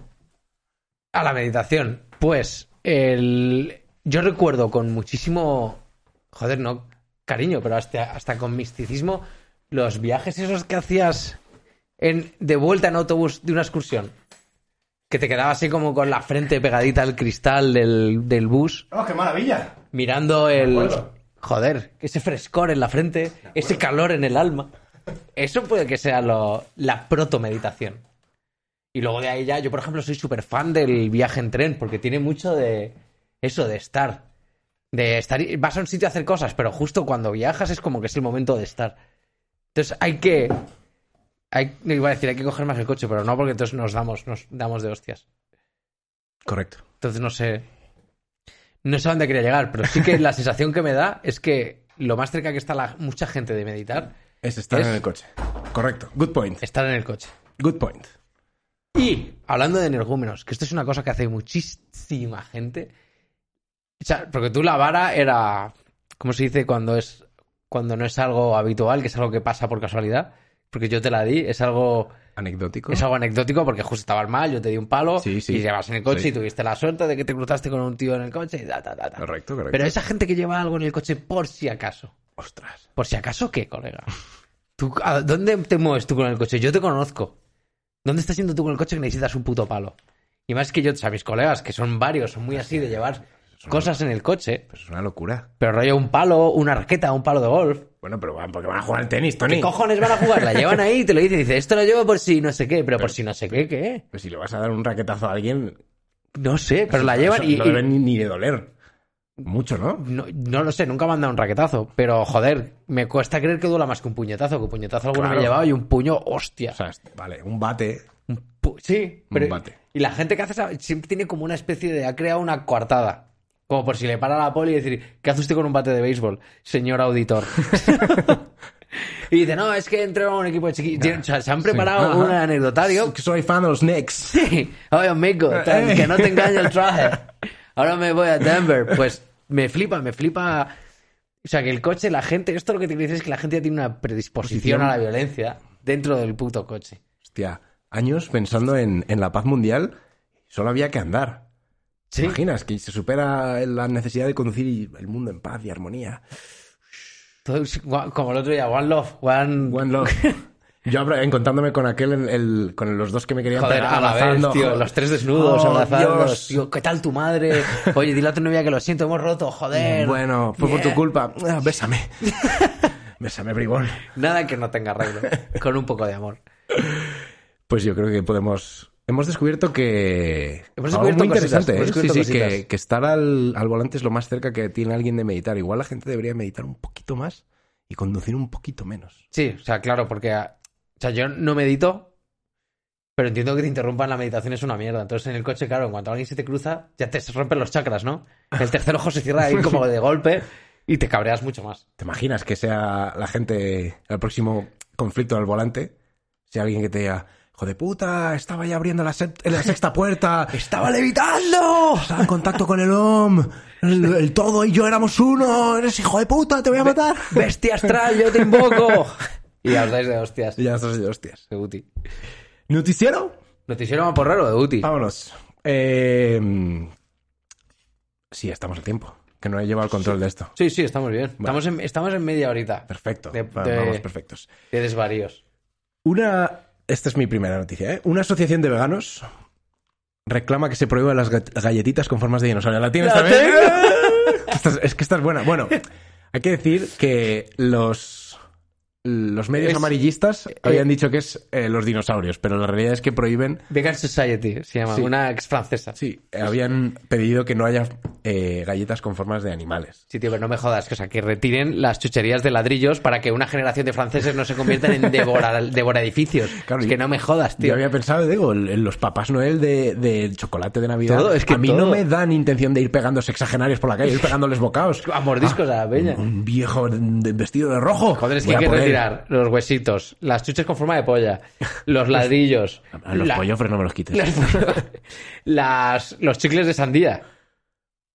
A la meditación. Pues, el... yo recuerdo con muchísimo... Joder, no cariño, pero hasta, hasta con misticismo los viajes esos que hacías en, de vuelta en autobús de una excursión. Que te quedabas así como con la frente pegadita al cristal del, del bus,
¡Oh, qué maravilla!
mirando el...
acuerdo.
Joder, ese frescor en la frente, ese calor en el alma. Eso puede que sea lo, la protomeditación. Y luego de ahí ya, yo por ejemplo soy súper fan del viaje en tren, porque tiene mucho de eso, de estar. De estar, y- vas a un sitio a hacer cosas, pero justo cuando viajas es como que es el momento de estar. Entonces hay que, hay, no iba a decir, hay que coger más el coche, pero no, porque entonces nos damos, nos damos de hostias.
Correcto.
Entonces no sé, no sé a dónde quería llegar, pero sí que la sensación que me da es que lo más cerca que está la, mucha gente de meditar,
Es estar
Es-
en el coche. Correcto. Good point.
estar en el coche.
Good point.
Y hablando de energúmenos, que esto es una cosa que hace muchísima gente. O sea, porque tú la vara era. ¿Cómo se dice cuando es. cuando no es algo habitual, que es algo que pasa por casualidad? Porque yo te la di, es algo.
Anecdótico.
Es algo anecdótico porque justo estabas mal, yo te di un palo
Sí, sí.
y llevas en el coche
Sí.
y tuviste la suerte de que te cruzaste con un tío en el coche y da, da, da, da.
Correcto, correcto.
Pero esa gente que lleva algo en el coche por si acaso.
Ostras.
¿Por si acaso qué, colega? ¿Tú, a ¿Dónde te mueves tú con el coche? Yo te conozco. ¿Dónde estás yendo tú con el coche que necesitas un puto palo? Y más que yo, o sea, mis colegas, que son varios, son muy así de llevar cosas en el coche,
Pues es una locura.
pero rollo un palo, una raqueta, un palo de golf.
Bueno, pero van porque van a jugar al tenis, Tony.
¿Qué cojones van a jugar? La llevan ahí y te lo dicen. Dice, esto lo llevo por si no sé qué, pero por si no sé qué, ¿qué?
Pues si le vas a dar un raquetazo a alguien,
No sé, pero la
Eso
llevan y,
No
y-
deben ni- ni de doler. Mucho, ¿no?
no, no lo sé, nunca me han dado un raquetazo, pero joder, me cuesta creer que duela más que un puñetazo, que un puñetazo alguno me
Claro.
he llevado y un puño, hostia.
O sea, es- vale, un bate.
Un pu- sí, pero
bate.
y la gente que hace esa- siempre tiene como una especie de ha creado una coartada. Como por si le para la poli y decir, ¿qué hace usted con un bate de béisbol, señor auditor? y dice, no, es que entró a un equipo de chiquillos. O sea, se han preparado
Ajá.
un anecdotario.
Que soy fan de los Knicks.
Sí, oye, amigo, tal,
Eh.
que no te engañe el traje. Ahora me voy a Denver. Pues me flipa, me flipa. O sea, que el coche, la gente, esto lo que te dice es que la gente ya tiene una predisposición a la violencia dentro del puto coche.
Hostia, años pensando en, en la paz mundial, solo había que andar. ¿Te
Sí.
imaginas que se supera la necesidad de conducir y- el mundo en paz y armonía?
Todo es gua- como el otro día, One Love, One.
One love. Yo abra- encontrándome con aquel, el, el- con los dos que me querían
Joder,
pegar,
a la vez,
abrazando.
tío,
Joder.
los tres desnudos,
Oh,
abrazados.
Dios.
Tío, ¿qué tal tu madre? Oye, dile a tu novia que lo siento, hemos roto, joder.
Bueno, fue por
Yeah.
tu culpa. Ah, Bésame. Bésame, bribón.
Nada que no tenga arreglo, con un poco de amor.
Pues yo creo que podemos. Hemos descubierto que.
Hemos
algo
descubierto
muy
cositas,
interesante.
hemos
¿eh? Sí,
descubierto
sí, que,
cositas.
que estar al, al volante es lo más cerca que tiene alguien de meditar. Igual la gente debería meditar un poquito más y conducir un poquito menos.
Sí, o sea, claro, porque ah, o sea, yo no medito, pero entiendo que te interrumpan la meditación es una mierda. Entonces en el coche, claro, en cuanto alguien se te cruza, ya te rompen los chakras, ¿no? El tercer ojo se cierra ahí como de golpe y te cabreas mucho más.
¿Te imaginas que sea la gente. el próximo conflicto al volante? Sea alguien que te diga. ¡Hijo de puta! Estaba ya abriendo la, sept- la sexta puerta.
¡Estaba levitando!
Estaba en contacto con el OM. El, el todo y yo éramos uno. Eres hijo de puta, te voy a matar.
¡Bestia astral, yo te invoco! Y os dais de hostias.
Y ya estás de hostias.
De Uti.
¿Noticiero?
Noticiero más por raro de Uti.
Vámonos. Eh, sí, estamos a tiempo. Que no he llevado el control de esto.
Sí, sí, estamos bien. Estamos, en, estamos en media horita
Perfecto.
De-
Va-
de-
Vamos, perfectos.
de desvaríos.
Una. Esta es mi primera noticia, ¿eh? Una asociación de veganos reclama que se prohíban las ga- galletitas con formas de dinosaurio. ¿La tienes
¡La
también?
tengo!
Esta es- es que esta es buena. Bueno, hay que decir que los. Los medios
Es-
amarillistas habían dicho que es eh, los dinosaurios, pero la realidad es que prohíben
Vegan Society se llama,
Sí.
una ex francesa.
Sí, habían pedido que no haya eh, galletas con formas de animales.
Sí, tío, pero no me jodas, que, o sea, que retiren las chucherías de ladrillos para que una generación de franceses no se conviertan en devora, devoraedificios.
Claro,
Es
y-
que no me jodas, tío.
Yo había pensado, digo, en los papás Noel de- del chocolate de Navidad.
Todo, es que
a mí
todo.
no me dan intención de ir pegando sexagenarios por la calle, ir pegándoles bocados.
A mordiscos a la peña.
Un, un viejo de- vestido de rojo.
Joder, es que
Voy
hay
Ah. a
que
por él.
retirar los huesitos, las chuches con forma de polla, los ladrillos,
A los
la-
pollofres no me los quites.
las- las- los chicles de sandía.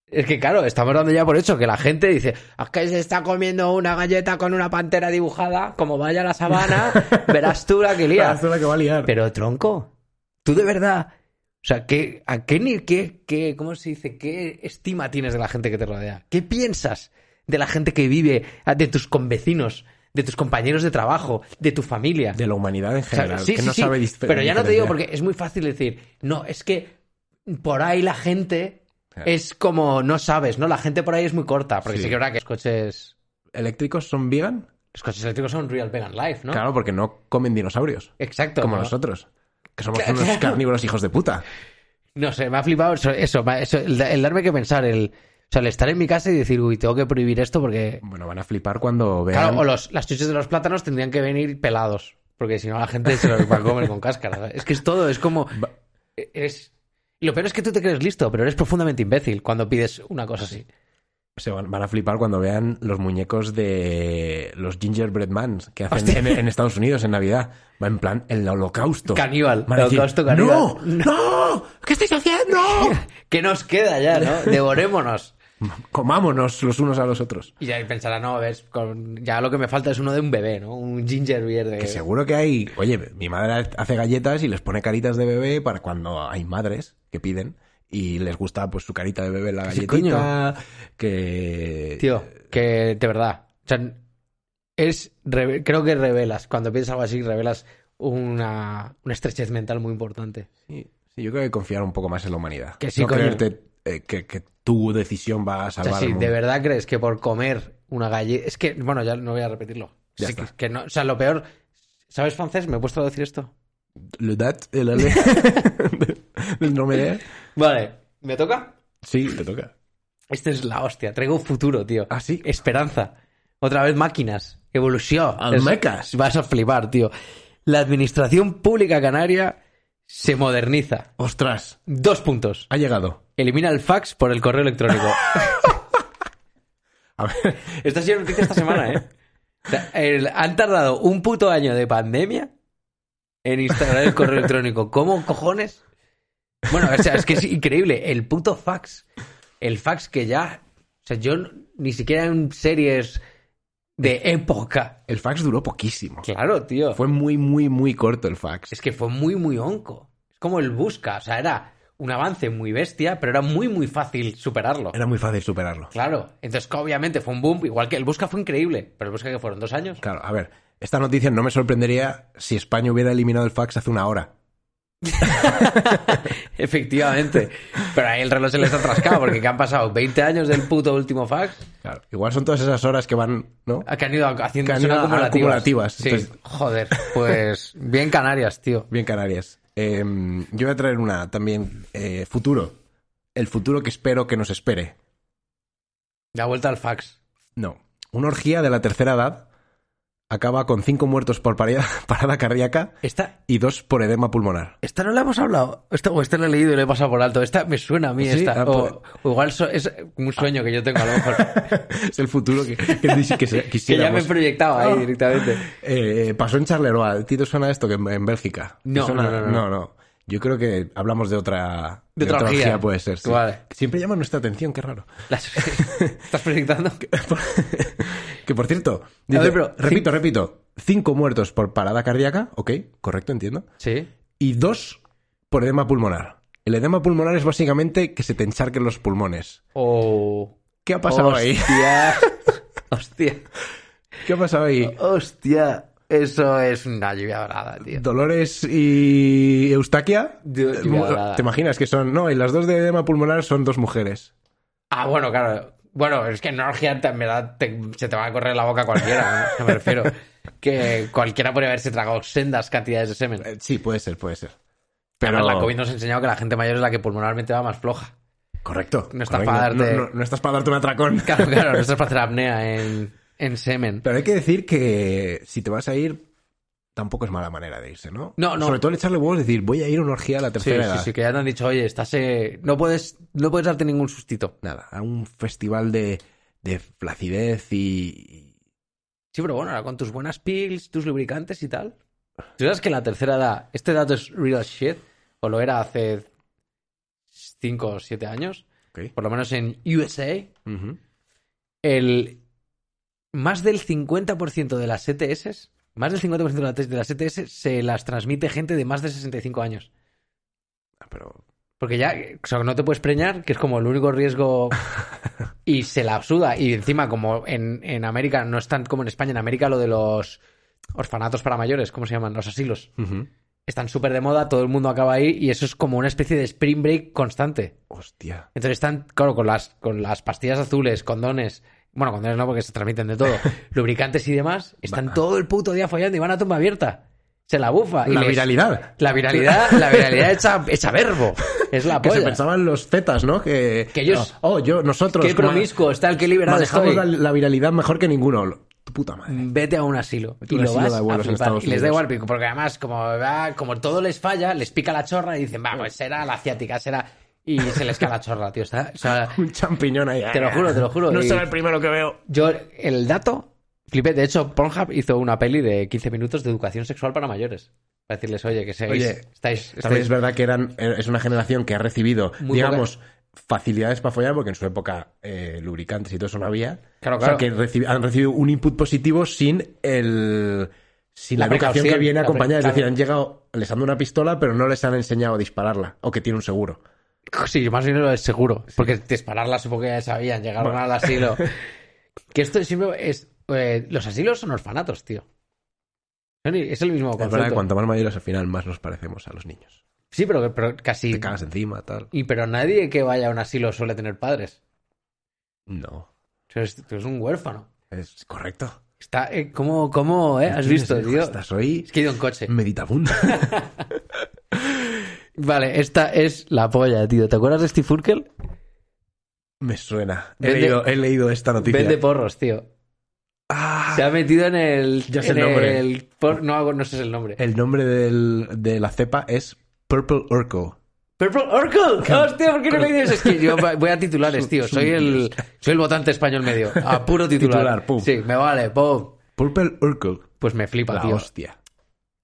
Es que claro, estamos dando ya por hecho que la gente dice, es que se está comiendo una galleta con una pantera dibujada, como vaya a la sabana, verás tú la que lía.
Esto es la que va a liar.
Pero tronco, tú de verdad. O sea, ¿qué, ¿a qué, ni- qué, qué, ¿cómo se dice? ¿Qué estima tienes de la gente que te rodea? ¿Qué piensas de la gente que vive, ah, de tus convecinos, de tus compañeros de trabajo, de tu familia?
De la humanidad en
O sea,
general,
sí,
que
sí,
no
sí,
sabe dis-
Pero ya no te digo
diferenciar.
porque es muy fácil decir, no, es que por ahí la gente es como, no sabes, ¿no? La gente por ahí es muy corta, porque sí,
Sí.
que habrá que los coches,
¿Eléctricos son vegan?
los coches eléctricos son real vegan life, ¿no?
Claro, porque no comen dinosaurios.
Exacto.
Como
¿no?
nosotros. Que somos
Claro.
unos carnívoros hijos de puta.
No sé, me ha flipado eso, eso, me ha- eso, el, da- el darme que pensar, el, o sea, el estar en mi casa y decir, uy, tengo que prohibir esto porque...
Bueno, van a flipar cuando vean...
Claro, o los, las chuches de los plátanos tendrían que venir pelados, porque si no la gente se los va a comer con cáscara. ¿sabes? Es que es todo, es como... e,
Va-
Es... y Lo peor es que tú te crees listo, pero eres profundamente imbécil cuando pides una cosa así.
Se van, van a flipar cuando vean los muñecos de los Gingerbread Mans que hacen
Hostia.
en, en Estados Unidos en Navidad. Va en plan el holocausto.
Caníbal,
Van a decir,
holocausto caníbal.
¡No! ¡No! ¿Qué estáis haciendo?
¿Qué nos queda ya, no? Devorémonos.
Comámonos los unos a los otros.
Y ya pensará, no, ves, con... ya lo que me falta es uno de un bebé, ¿no? Un ginger beer de...
Que seguro que hay... Oye, mi madre hace galletas y les pone caritas de bebé para cuando hay madres que piden y les gusta pues su carita de bebé en la
Sí,
galletita. Que...
Tío, que de verdad. O sea, es, reve- creo que revelas, cuando piensas algo así, revelas una, una estrechez mental muy importante.
Sí, sí, yo creo que confiar un poco más en la humanidad.
Que sí,
no
coño.
creerte eh, que, que tu decisión va a
O
salvar
sea,
al
si
mundo.
de verdad crees que por comer una galleta. Es que, bueno, ya no voy a repetirlo.
Ya
Sí, que,
está.
que no, o sea, lo peor. ¿Sabes francés? Me he puesto a decir esto.
Le dat, el ale del nombre de-
Vale. ¿Me toca?
Sí, te toca.
Esto es la hostia. Traigo futuro, tío.
Ah, sí.
Esperanza. Otra vez máquinas. Evolución.
Ah,
Es-
Almecas.
Vas a flipar, tío. La administración pública canaria se moderniza.
Ostras,
Dos puntos.
ha llegado.
Elimina el fax por el correo electrónico.
A ver,
Esta ha sido noticia esta semana, ¿eh? O sea, el- han tardado un puto año de pandemia en instalar el correo electrónico. ¿Cómo cojones? Bueno, o sea, es que es increíble. El puto fax. El fax que ya. O sea, yo n- ni siquiera en series de época.
el fax duró poquísimo.
Claro, tío.
Fue muy, muy, muy corto el fax.
Es que fue muy, muy onco. Es como el busca. O sea, era un avance muy bestia, pero era muy, muy fácil superarlo.
Era muy fácil superarlo.
Claro. Entonces, obviamente, fue un boom. Igual que el busca fue increíble. Pero el busca que fueron dos años.
Claro, a ver, esta noticia no me sorprendería si España hubiera eliminado el fax hace una hora.
Efectivamente. Pero ahí el reloj se les ha atrascado porque que han pasado 20 años del puto último fax
Claro. Igual son todas esas horas que van, ¿no?
a que han ido haciendo
Que han
son
ido
acumulativas.
acumulativas,
Sí.
entonces-
Joder, pues bien Canarias, tío.
Bien, Canarias. Eh, yo voy a traer una también eh, futuro. El futuro que espero que nos espere.
La vuelta al fax.
No. Una orgía de la tercera edad acaba con cinco muertos por paria- parada cardíaca
Esta,
y dos por edema pulmonar.
esta no la hemos hablado. Esta, o esta la he leído y la he pasado por alto. Esta me suena a mí.
Sí,
esta.
ah,
O, o igual so- es un sueño que yo tengo a lo mejor.
es el futuro que, que, dis- que se-
que ya me
quisiéramos.
proyectaba ahí directamente.
Eh, pasó en Charleroi. ¿A ti te suena esto que en, en Bélgica? ¿Te
No,
suena?
no, no, no.
Yo creo que hablamos de otra...
De otra orgía.
puede ser, sí.
Vale.
Siempre llama nuestra atención, qué raro.
Las- ¿Estás proyectando?
que por cierto, dice-
ver, pero-
repito, repito, cinco muertos por parada cardíaca, ok, correcto, entiendo,
Sí.
y dos por edema pulmonar. El edema pulmonar es básicamente que se te encharquen los pulmones.
O.
¿Qué ha pasado ahí?
Hostia. Hostia.
¿Qué ha pasado ahí?
Hostia, eso es una lluvia dorada, tío.
Dolores y Eustaquia.
Yo- yo voy a hablar.
¿Te imaginas que son? No, y las dos de edema pulmonar son dos mujeres.
Ah, bueno, claro. Bueno, es que en una orgía te- en verdad te- se te va a correr la boca cualquiera, ¿no? me refiero. Que cualquiera puede haberse tragado sendas cantidades de semen.
Eh, sí, puede ser, puede ser.
Pero la COVID nos ha enseñado que la gente mayor es la que pulmonarmente va más floja.
Correcto.
no está
correcto.
para darte-
No, no- no estás para darte un atracón.
Claro, claro, no es para hacer apnea en, en semen.
Pero hay que decir que si te vas a ir, tampoco es mala manera de irse, ¿no?
No, no.
Sobre todo el echarle huevos y decir, voy a ir a una orgía a la
Sí,
tercera
sí,
edad.
sí, que ya te han dicho, oye, estás. eh, No, puedes, no puedes darte ningún sustito.
Nada, a un festival de, de flacidez y... y-
Sí, pero bueno, ahora con tus buenas pills, tus lubricantes y tal. ¿Tú sabes que en la tercera edad, este dato es real shit? O lo era hace 5 o 7 años,
Ok.
por lo menos en USA,
Ujú.
el más del 50% de las ETS, más del 50% de las- de las ETS se las transmite gente de más de 65 años.
Ah, Pero...
Porque ya, eh, o sea, no te puedes preñar, que es como el único riesgo. Y se la suda. Y encima, como en, en América, no es tan como en España, en América lo de los orfanatos para mayores, ¿cómo se llaman? Los asilos.
Ujú.
Están súper de moda, todo el mundo acaba ahí y eso es como una especie de spring break constante.
Hostia.
Entonces están, claro, con las, con las pastillas azules, condones. Bueno, condones no, porque se transmiten de todo. lubricantes y demás. Están todo el puto día follando y van a tumba abierta. Se la bufa. Ah, y
La
les-
viralidad.
La viralidad, la viralidad hecha, hecha verbo. Es la
Que
polla.
se pensaban los zetas, ¿no? Que,
Que ellos-
Oh, yo, nosotros...
Qué
como-
promiscuo está el que liberado
Manejamos
estoy.
la, la viralidad mejor que ninguno. Tu puta madre.
Vete a un asilo.
Vete
Y
a un
lo
asilo
vas
de
a
abuelos en
flipar.
Estados
Y les da
Unidos.
igual, pico, porque además, como, va- como todo les falla, les pica la chorra y dicen, va, pues será la asiática, será. Y se les cae la chorra, tío. está- o sea,
Un champiñón ahí.
Ah. Te lo juro, te lo juro.
No
Y-
será el primero que veo.
yo, el dato, flipé. De hecho, Pornhub hizo una peli de 15 minutos de educación sexual para mayores. Para decirles, oye, que seáis.
Oye,
estáis,
También
estáis-
es verdad que eran, eh, es una generación que ha recibido,
Este Muy
digamos, facilidades para follar, porque en su época eh, lubricantes y todo eso no había.
Claro,
O sea,
claro.
que reci- han recibido un input positivo sin el sin la,
La
educación
precaución,
que viene
la pre-
acompañada. Es
claro.
decir, han llegado, les han dado una pistola, pero no les han enseñado a dispararla, o que tiene un seguro.
Sí, más bien lo es seguro. Porque dispararla supongo que ya sabían, llegaron al asilo. que esto siempre es. eh, los asilos son orfanatos, tío. Son i- Es el mismo
Es
concepto.
verdad que cuanto más mayores al final, más nos parecemos a los niños.
Sí, pero, pero casi.
Te cagas encima, tal.
Y pero nadie que vaya a un asilo suele tener padres.
No.
O sea, es, es un huérfano.
Es correcto.
Está, eh, ¿Cómo, cómo eh? has
Tienes
visto,
hijos,
tío?
Estás hoy
Es que he ido en coche.
meditabunda.
Vale, esta es la polla, tío. ¿Te acuerdas de Steve Urkel?
Me suena. He,
Vende-
leído, he leído esta noticia.
Vende porros, tío.
Ah,
Se ha metido en el.
Ya sé
en
el nombre.
el por- no, no sé el nombre.
el nombre del- de la cepa es Purple Urco.
Purple Urkel. ah, Hostia, ¿por qué no le dices? Es que yo voy a titulares, tío. Soy el, soy el votante español medio. A puro titular.
Titular, pum.
Sí, me vale, pum.
Purple Urco.
Pues me flipa,
La
tío.
hostia.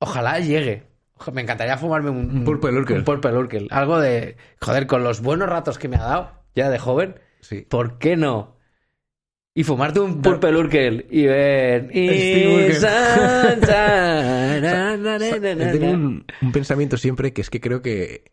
Ojalá llegue. Oja- Me encantaría fumarme un, un
Purple Urkel.
un Purple Urkel. Algo de. Joder, con los buenos ratos que me ha dado, ya de joven,
Sí.
¿por qué no? Y fumarte un Purple Urkel y ver.
Steve Urkel. Tengo
Urkel.
un, un pensamiento siempre que es que creo que.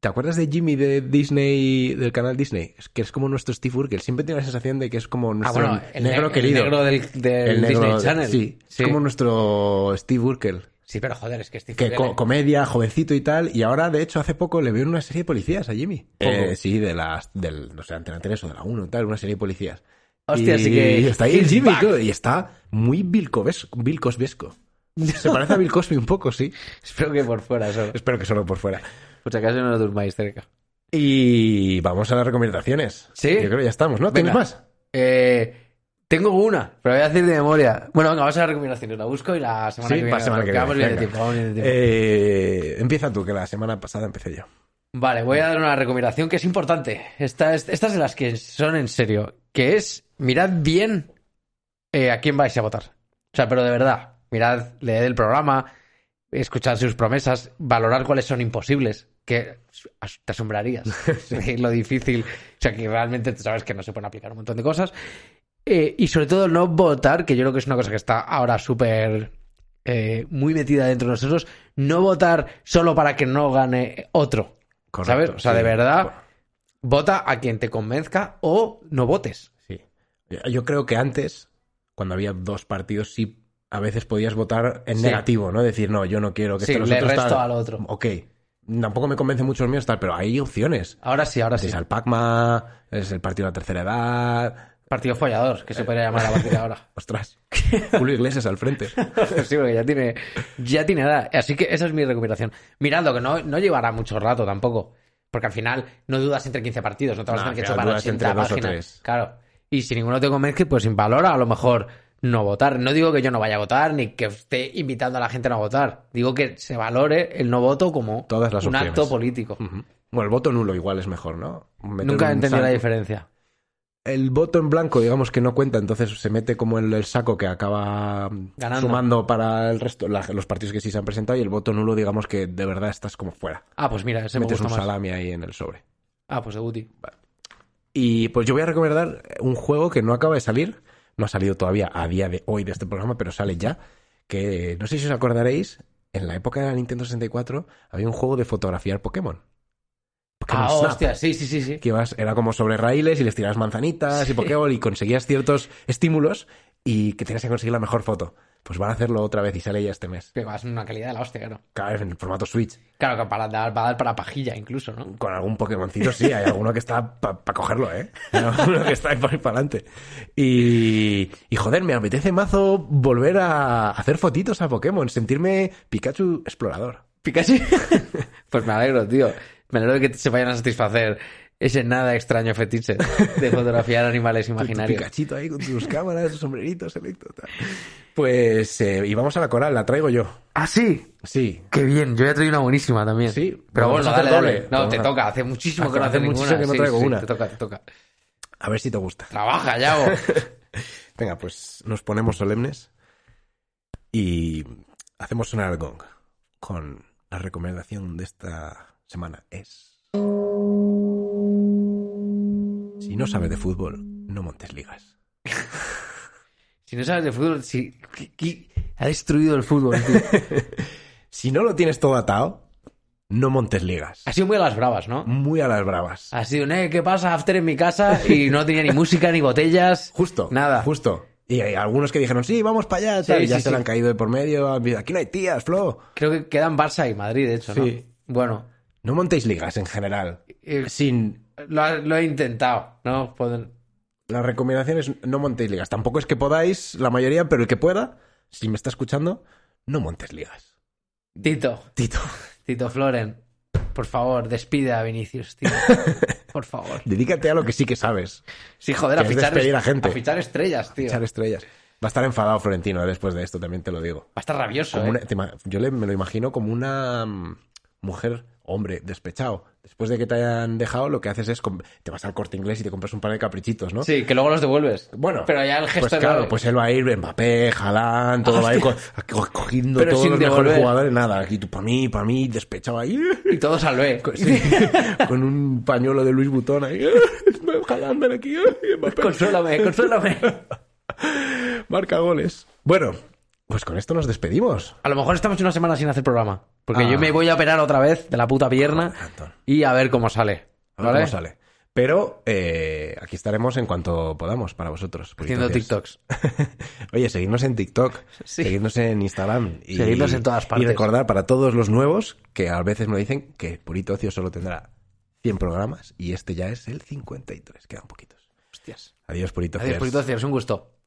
¿Te acuerdas de Jimmy de Disney, del canal Disney? Es que es como nuestro Steve Urkel. Siempre tengo la sensación de que es como
Ah,
nuestro
bueno, el
negro
negro
querido.
El negro del, del
El negro-
Disney Channel.
Sí,
sí.
Es como nuestro Steve Urkel.
Sí, pero joder, es que Steve
Que
Urkel-
co- comedia, jovencito y tal. Y ahora, de hecho, hace poco le veo en una serie de policías a Jimmy.
Poco.
Eh, sí, de las, del, no sé, Antena 3 o de la 1 y tal, una serie de policías.
Hostia,
y,
así que-
y está ahí el
he's
Jimmy,
back.
tío, y está muy Bill Cosbes- Bill Cosbesco. Se parece a Bill Cosby un poco, sí.
Espero que por fuera solo.
Espero que solo por fuera.
Por si acaso no lo durmáis cerca.
Y vamos a las recomendaciones.
Sí.
Yo creo que ya estamos, ¿no? ¿Tienes
Venga.
más?
Eh, tengo una, pero voy a decir de memoria. Bueno, venga, vamos a la recomendación. La busco y la semana
Sí,
que viene.
para semana que
porque vamos
viene,
bien de
venga.
tiempo, vamos bien de tiempo.
Eh, empieza tú, que la semana pasada empecé yo.
Vale, voy a dar una recomendación que es importante. Esta, es- estas de las que son en serio. Que es, mirad bien eh, a quién vais a votar. O sea, pero de verdad, mirad, leed el programa, escuchad sus promesas, valorar cuáles son imposibles, que as- te asombrarías de lo difícil. O sea, que realmente tú sabes que no se pueden aplicar un montón de cosas. Eh, y sobre todo no votar, que yo creo que es una cosa que está ahora súper eh, muy metida dentro de nosotros, no votar solo para que no gane otro.
Correcto,
¿Sabes? O sea,
sí.
de verdad, vota a quien te convenzca o no votes.
Sí. Eh, Yo creo que antes, cuando había dos partidos, sí a veces podías votar en
Sí.
negativo, ¿no? Decir, no, yo no quiero que
Sí,
esté los
le
otros
resto
tal.
al otro.
Ok. Tampoco me convence mucho los míos tal, pero hay opciones.
Ahora sí, ahora sí.
Es al Pacma, es el partido de la tercera edad.
Partido follador, que se podría llamar a partir de ahora.
Ostras. Julio Iglesias al frente.
sí, porque ya tiene, ya tiene edad. Así que esa es mi recomendación. Miradlo, que no, no llevará mucho rato tampoco. Porque al final no dudas entre 15 partidos, no te vas a
No,
tener que
al final
chupar
dudas
80
entre dos o
páginas.
tres.
Claro. Y si ninguno te convence, pues sin valor a lo mejor no votar. No digo que yo no vaya a votar, ni que esté invitando a la gente a no votar. Digo que se valore el no voto como
Todas las
un
opciones.
acto político.
Ujú. Bueno, el voto nulo igual es mejor, ¿no? Meter
Nunca he
un
entendido la
saco.
diferencia.
El voto en blanco, digamos que no cuenta, entonces se mete como el, el saco que acaba
Ganando.
sumando para el resto, la- los partidos que sí se han presentado, y el voto nulo, digamos que de verdad estás como fuera.
Ah, pues mira, ese me
metes
gusta
un
más.
salami ahí en el sobre.
Ah, pues de Guti.
Y pues yo voy a recomendar un juego que no acaba de salir, no ha salido todavía a día de hoy de este programa, pero sale ya, que no sé si os acordaréis, en la época de la Nintendo 64 había un juego de fotografiar Pokémon. Pokémon
Ah,
Snap.
hostia, sí, sí, sí, sí.
que ibas- era como sobre raíles y les tirabas manzanitas y pokéball y conseguías ciertos estímulos y que tenías que conseguir la mejor foto. Pues van a hacerlo otra vez y sale ya este mes.
Que vas en una calidad de la hostia, claro.
Cada vez en el formato Switch.
Claro, que para dar, para dar para pajilla incluso, ¿no?
Con algún Pokémoncito sí, hay alguno que está para cogerlo, ¿eh? Hay alguno que está ahí para ir para adelante. Y, y joder, me apetece mazo volver a hacer fotitos a Pokémon, sentirme Pikachu explorador.
Pikachu. pues me alegro, tío. Me alegro de que se vayan a satisfacer ese nada extraño fetiche de fotografiar animales imaginarios.
Picachito ahí con tus cámaras, tus sombreritos, electo, tal. Pues, eh, y vamos a la coral, la traigo yo.
Ah, sí.
Sí,
Qué bien, yo ya traído una buenísima también.
Sí,
pero
vamos
bueno,
a hacer
dale, dale.
doble.
No,
Vamos
te
a-
toca, hace muchísimo que no
Hace
hace
muchísimo
ninguna.
que no
Sí,
traigo
sí,
una.
Te toca, te toca.
a ver si te gusta.
Trabaja, Yago.
Venga, pues nos ponemos solemnes y hacemos sonar el gong con la recomendación de esta semana es... Si no sabes de fútbol, no montes ligas.
si no sabes de fútbol, si... qui- qui- Ha destruido el fútbol, tío.
Si no lo tienes todo atado, no montes ligas.
Ha sido muy a las bravas, ¿no?
Muy a las bravas.
Ha sido, "Eh, ¿qué pasa? After en mi casa y no tenía ni música ni botellas.
Justo.
Nada.
Justo. Y hay algunos que dijeron, sí, vamos para allá, tal,
Sí,
y ya
sí,
se
sí.
le han caído de por medio. Aquí no hay tías, Flo.
Creo que quedan Barça y Madrid, de hecho, ¿no?
Sí.
Bueno,
No montéis ligas en general.
eh,
Sin
lo, ha- lo he intentado, ¿no? Pueden-
La recomendación es no montéis ligas. Tampoco es que podáis, la mayoría, pero el que pueda, si me está escuchando, no montes ligas.
Tito,
Tito.
Tito Floren. Por favor, despide a Vinicius, tío. Por favor.
Dedícate a lo que sí que sabes.
Sí, joder, a
Que es
fichar,
despedir a gente.
fichar estrellas, tío.
Echar estrellas. Va a estar enfadado Florentino eh, después de esto, también te lo digo.
Va a estar rabioso,
Como
¿eh?
una- te ima- yo le- me lo imagino como una mm, mujer, hombre, despechado. Después de que te hayan dejado, lo que haces es com- te vas al corte inglés y te compras un par de caprichitos, ¿no?
Sí, que luego los devuelves.
Bueno,
Pero ya el gesto
pues
es
claro,
grave.
pues él va a ir Mbappé, Jalán, todo va a ir co- co- cogiendo
Pero
todos
sin
los mejores
devolver.
jugadores, nada, aquí tú para mí, para mí, despechado ahí,
Y todo salvé.
con, sí, con un pañuelo de Luis Butón ahí, Haaland, ven aquí, Mbappé,
Consuélame, consuélame.
marca goles. Bueno, pues con esto nos despedimos.
A lo mejor estamos una semana sin hacer programa. Porque
Ah.
yo me voy a operar otra vez de la puta pierna
Anton.
y a ver cómo sale.
A ver
¿Vale?
Ah, cómo sale. Pero eh, aquí estaremos en cuanto podamos para vosotros. porque
Haciendo
entonces-
TikToks.
Oye, seguidnos en TikTok,
Sí.
seguidnos en Instagram. Y,
Seguidnos en todas partes.
Y recordar para todos los nuevos que a veces me dicen que Purito Ocio solo tendrá 100 programas y este ya es el 53. Quedan poquitos.
Hostias.
Adiós, Purito
Adiós,
Ociers.
Purito Cierres, un gusto.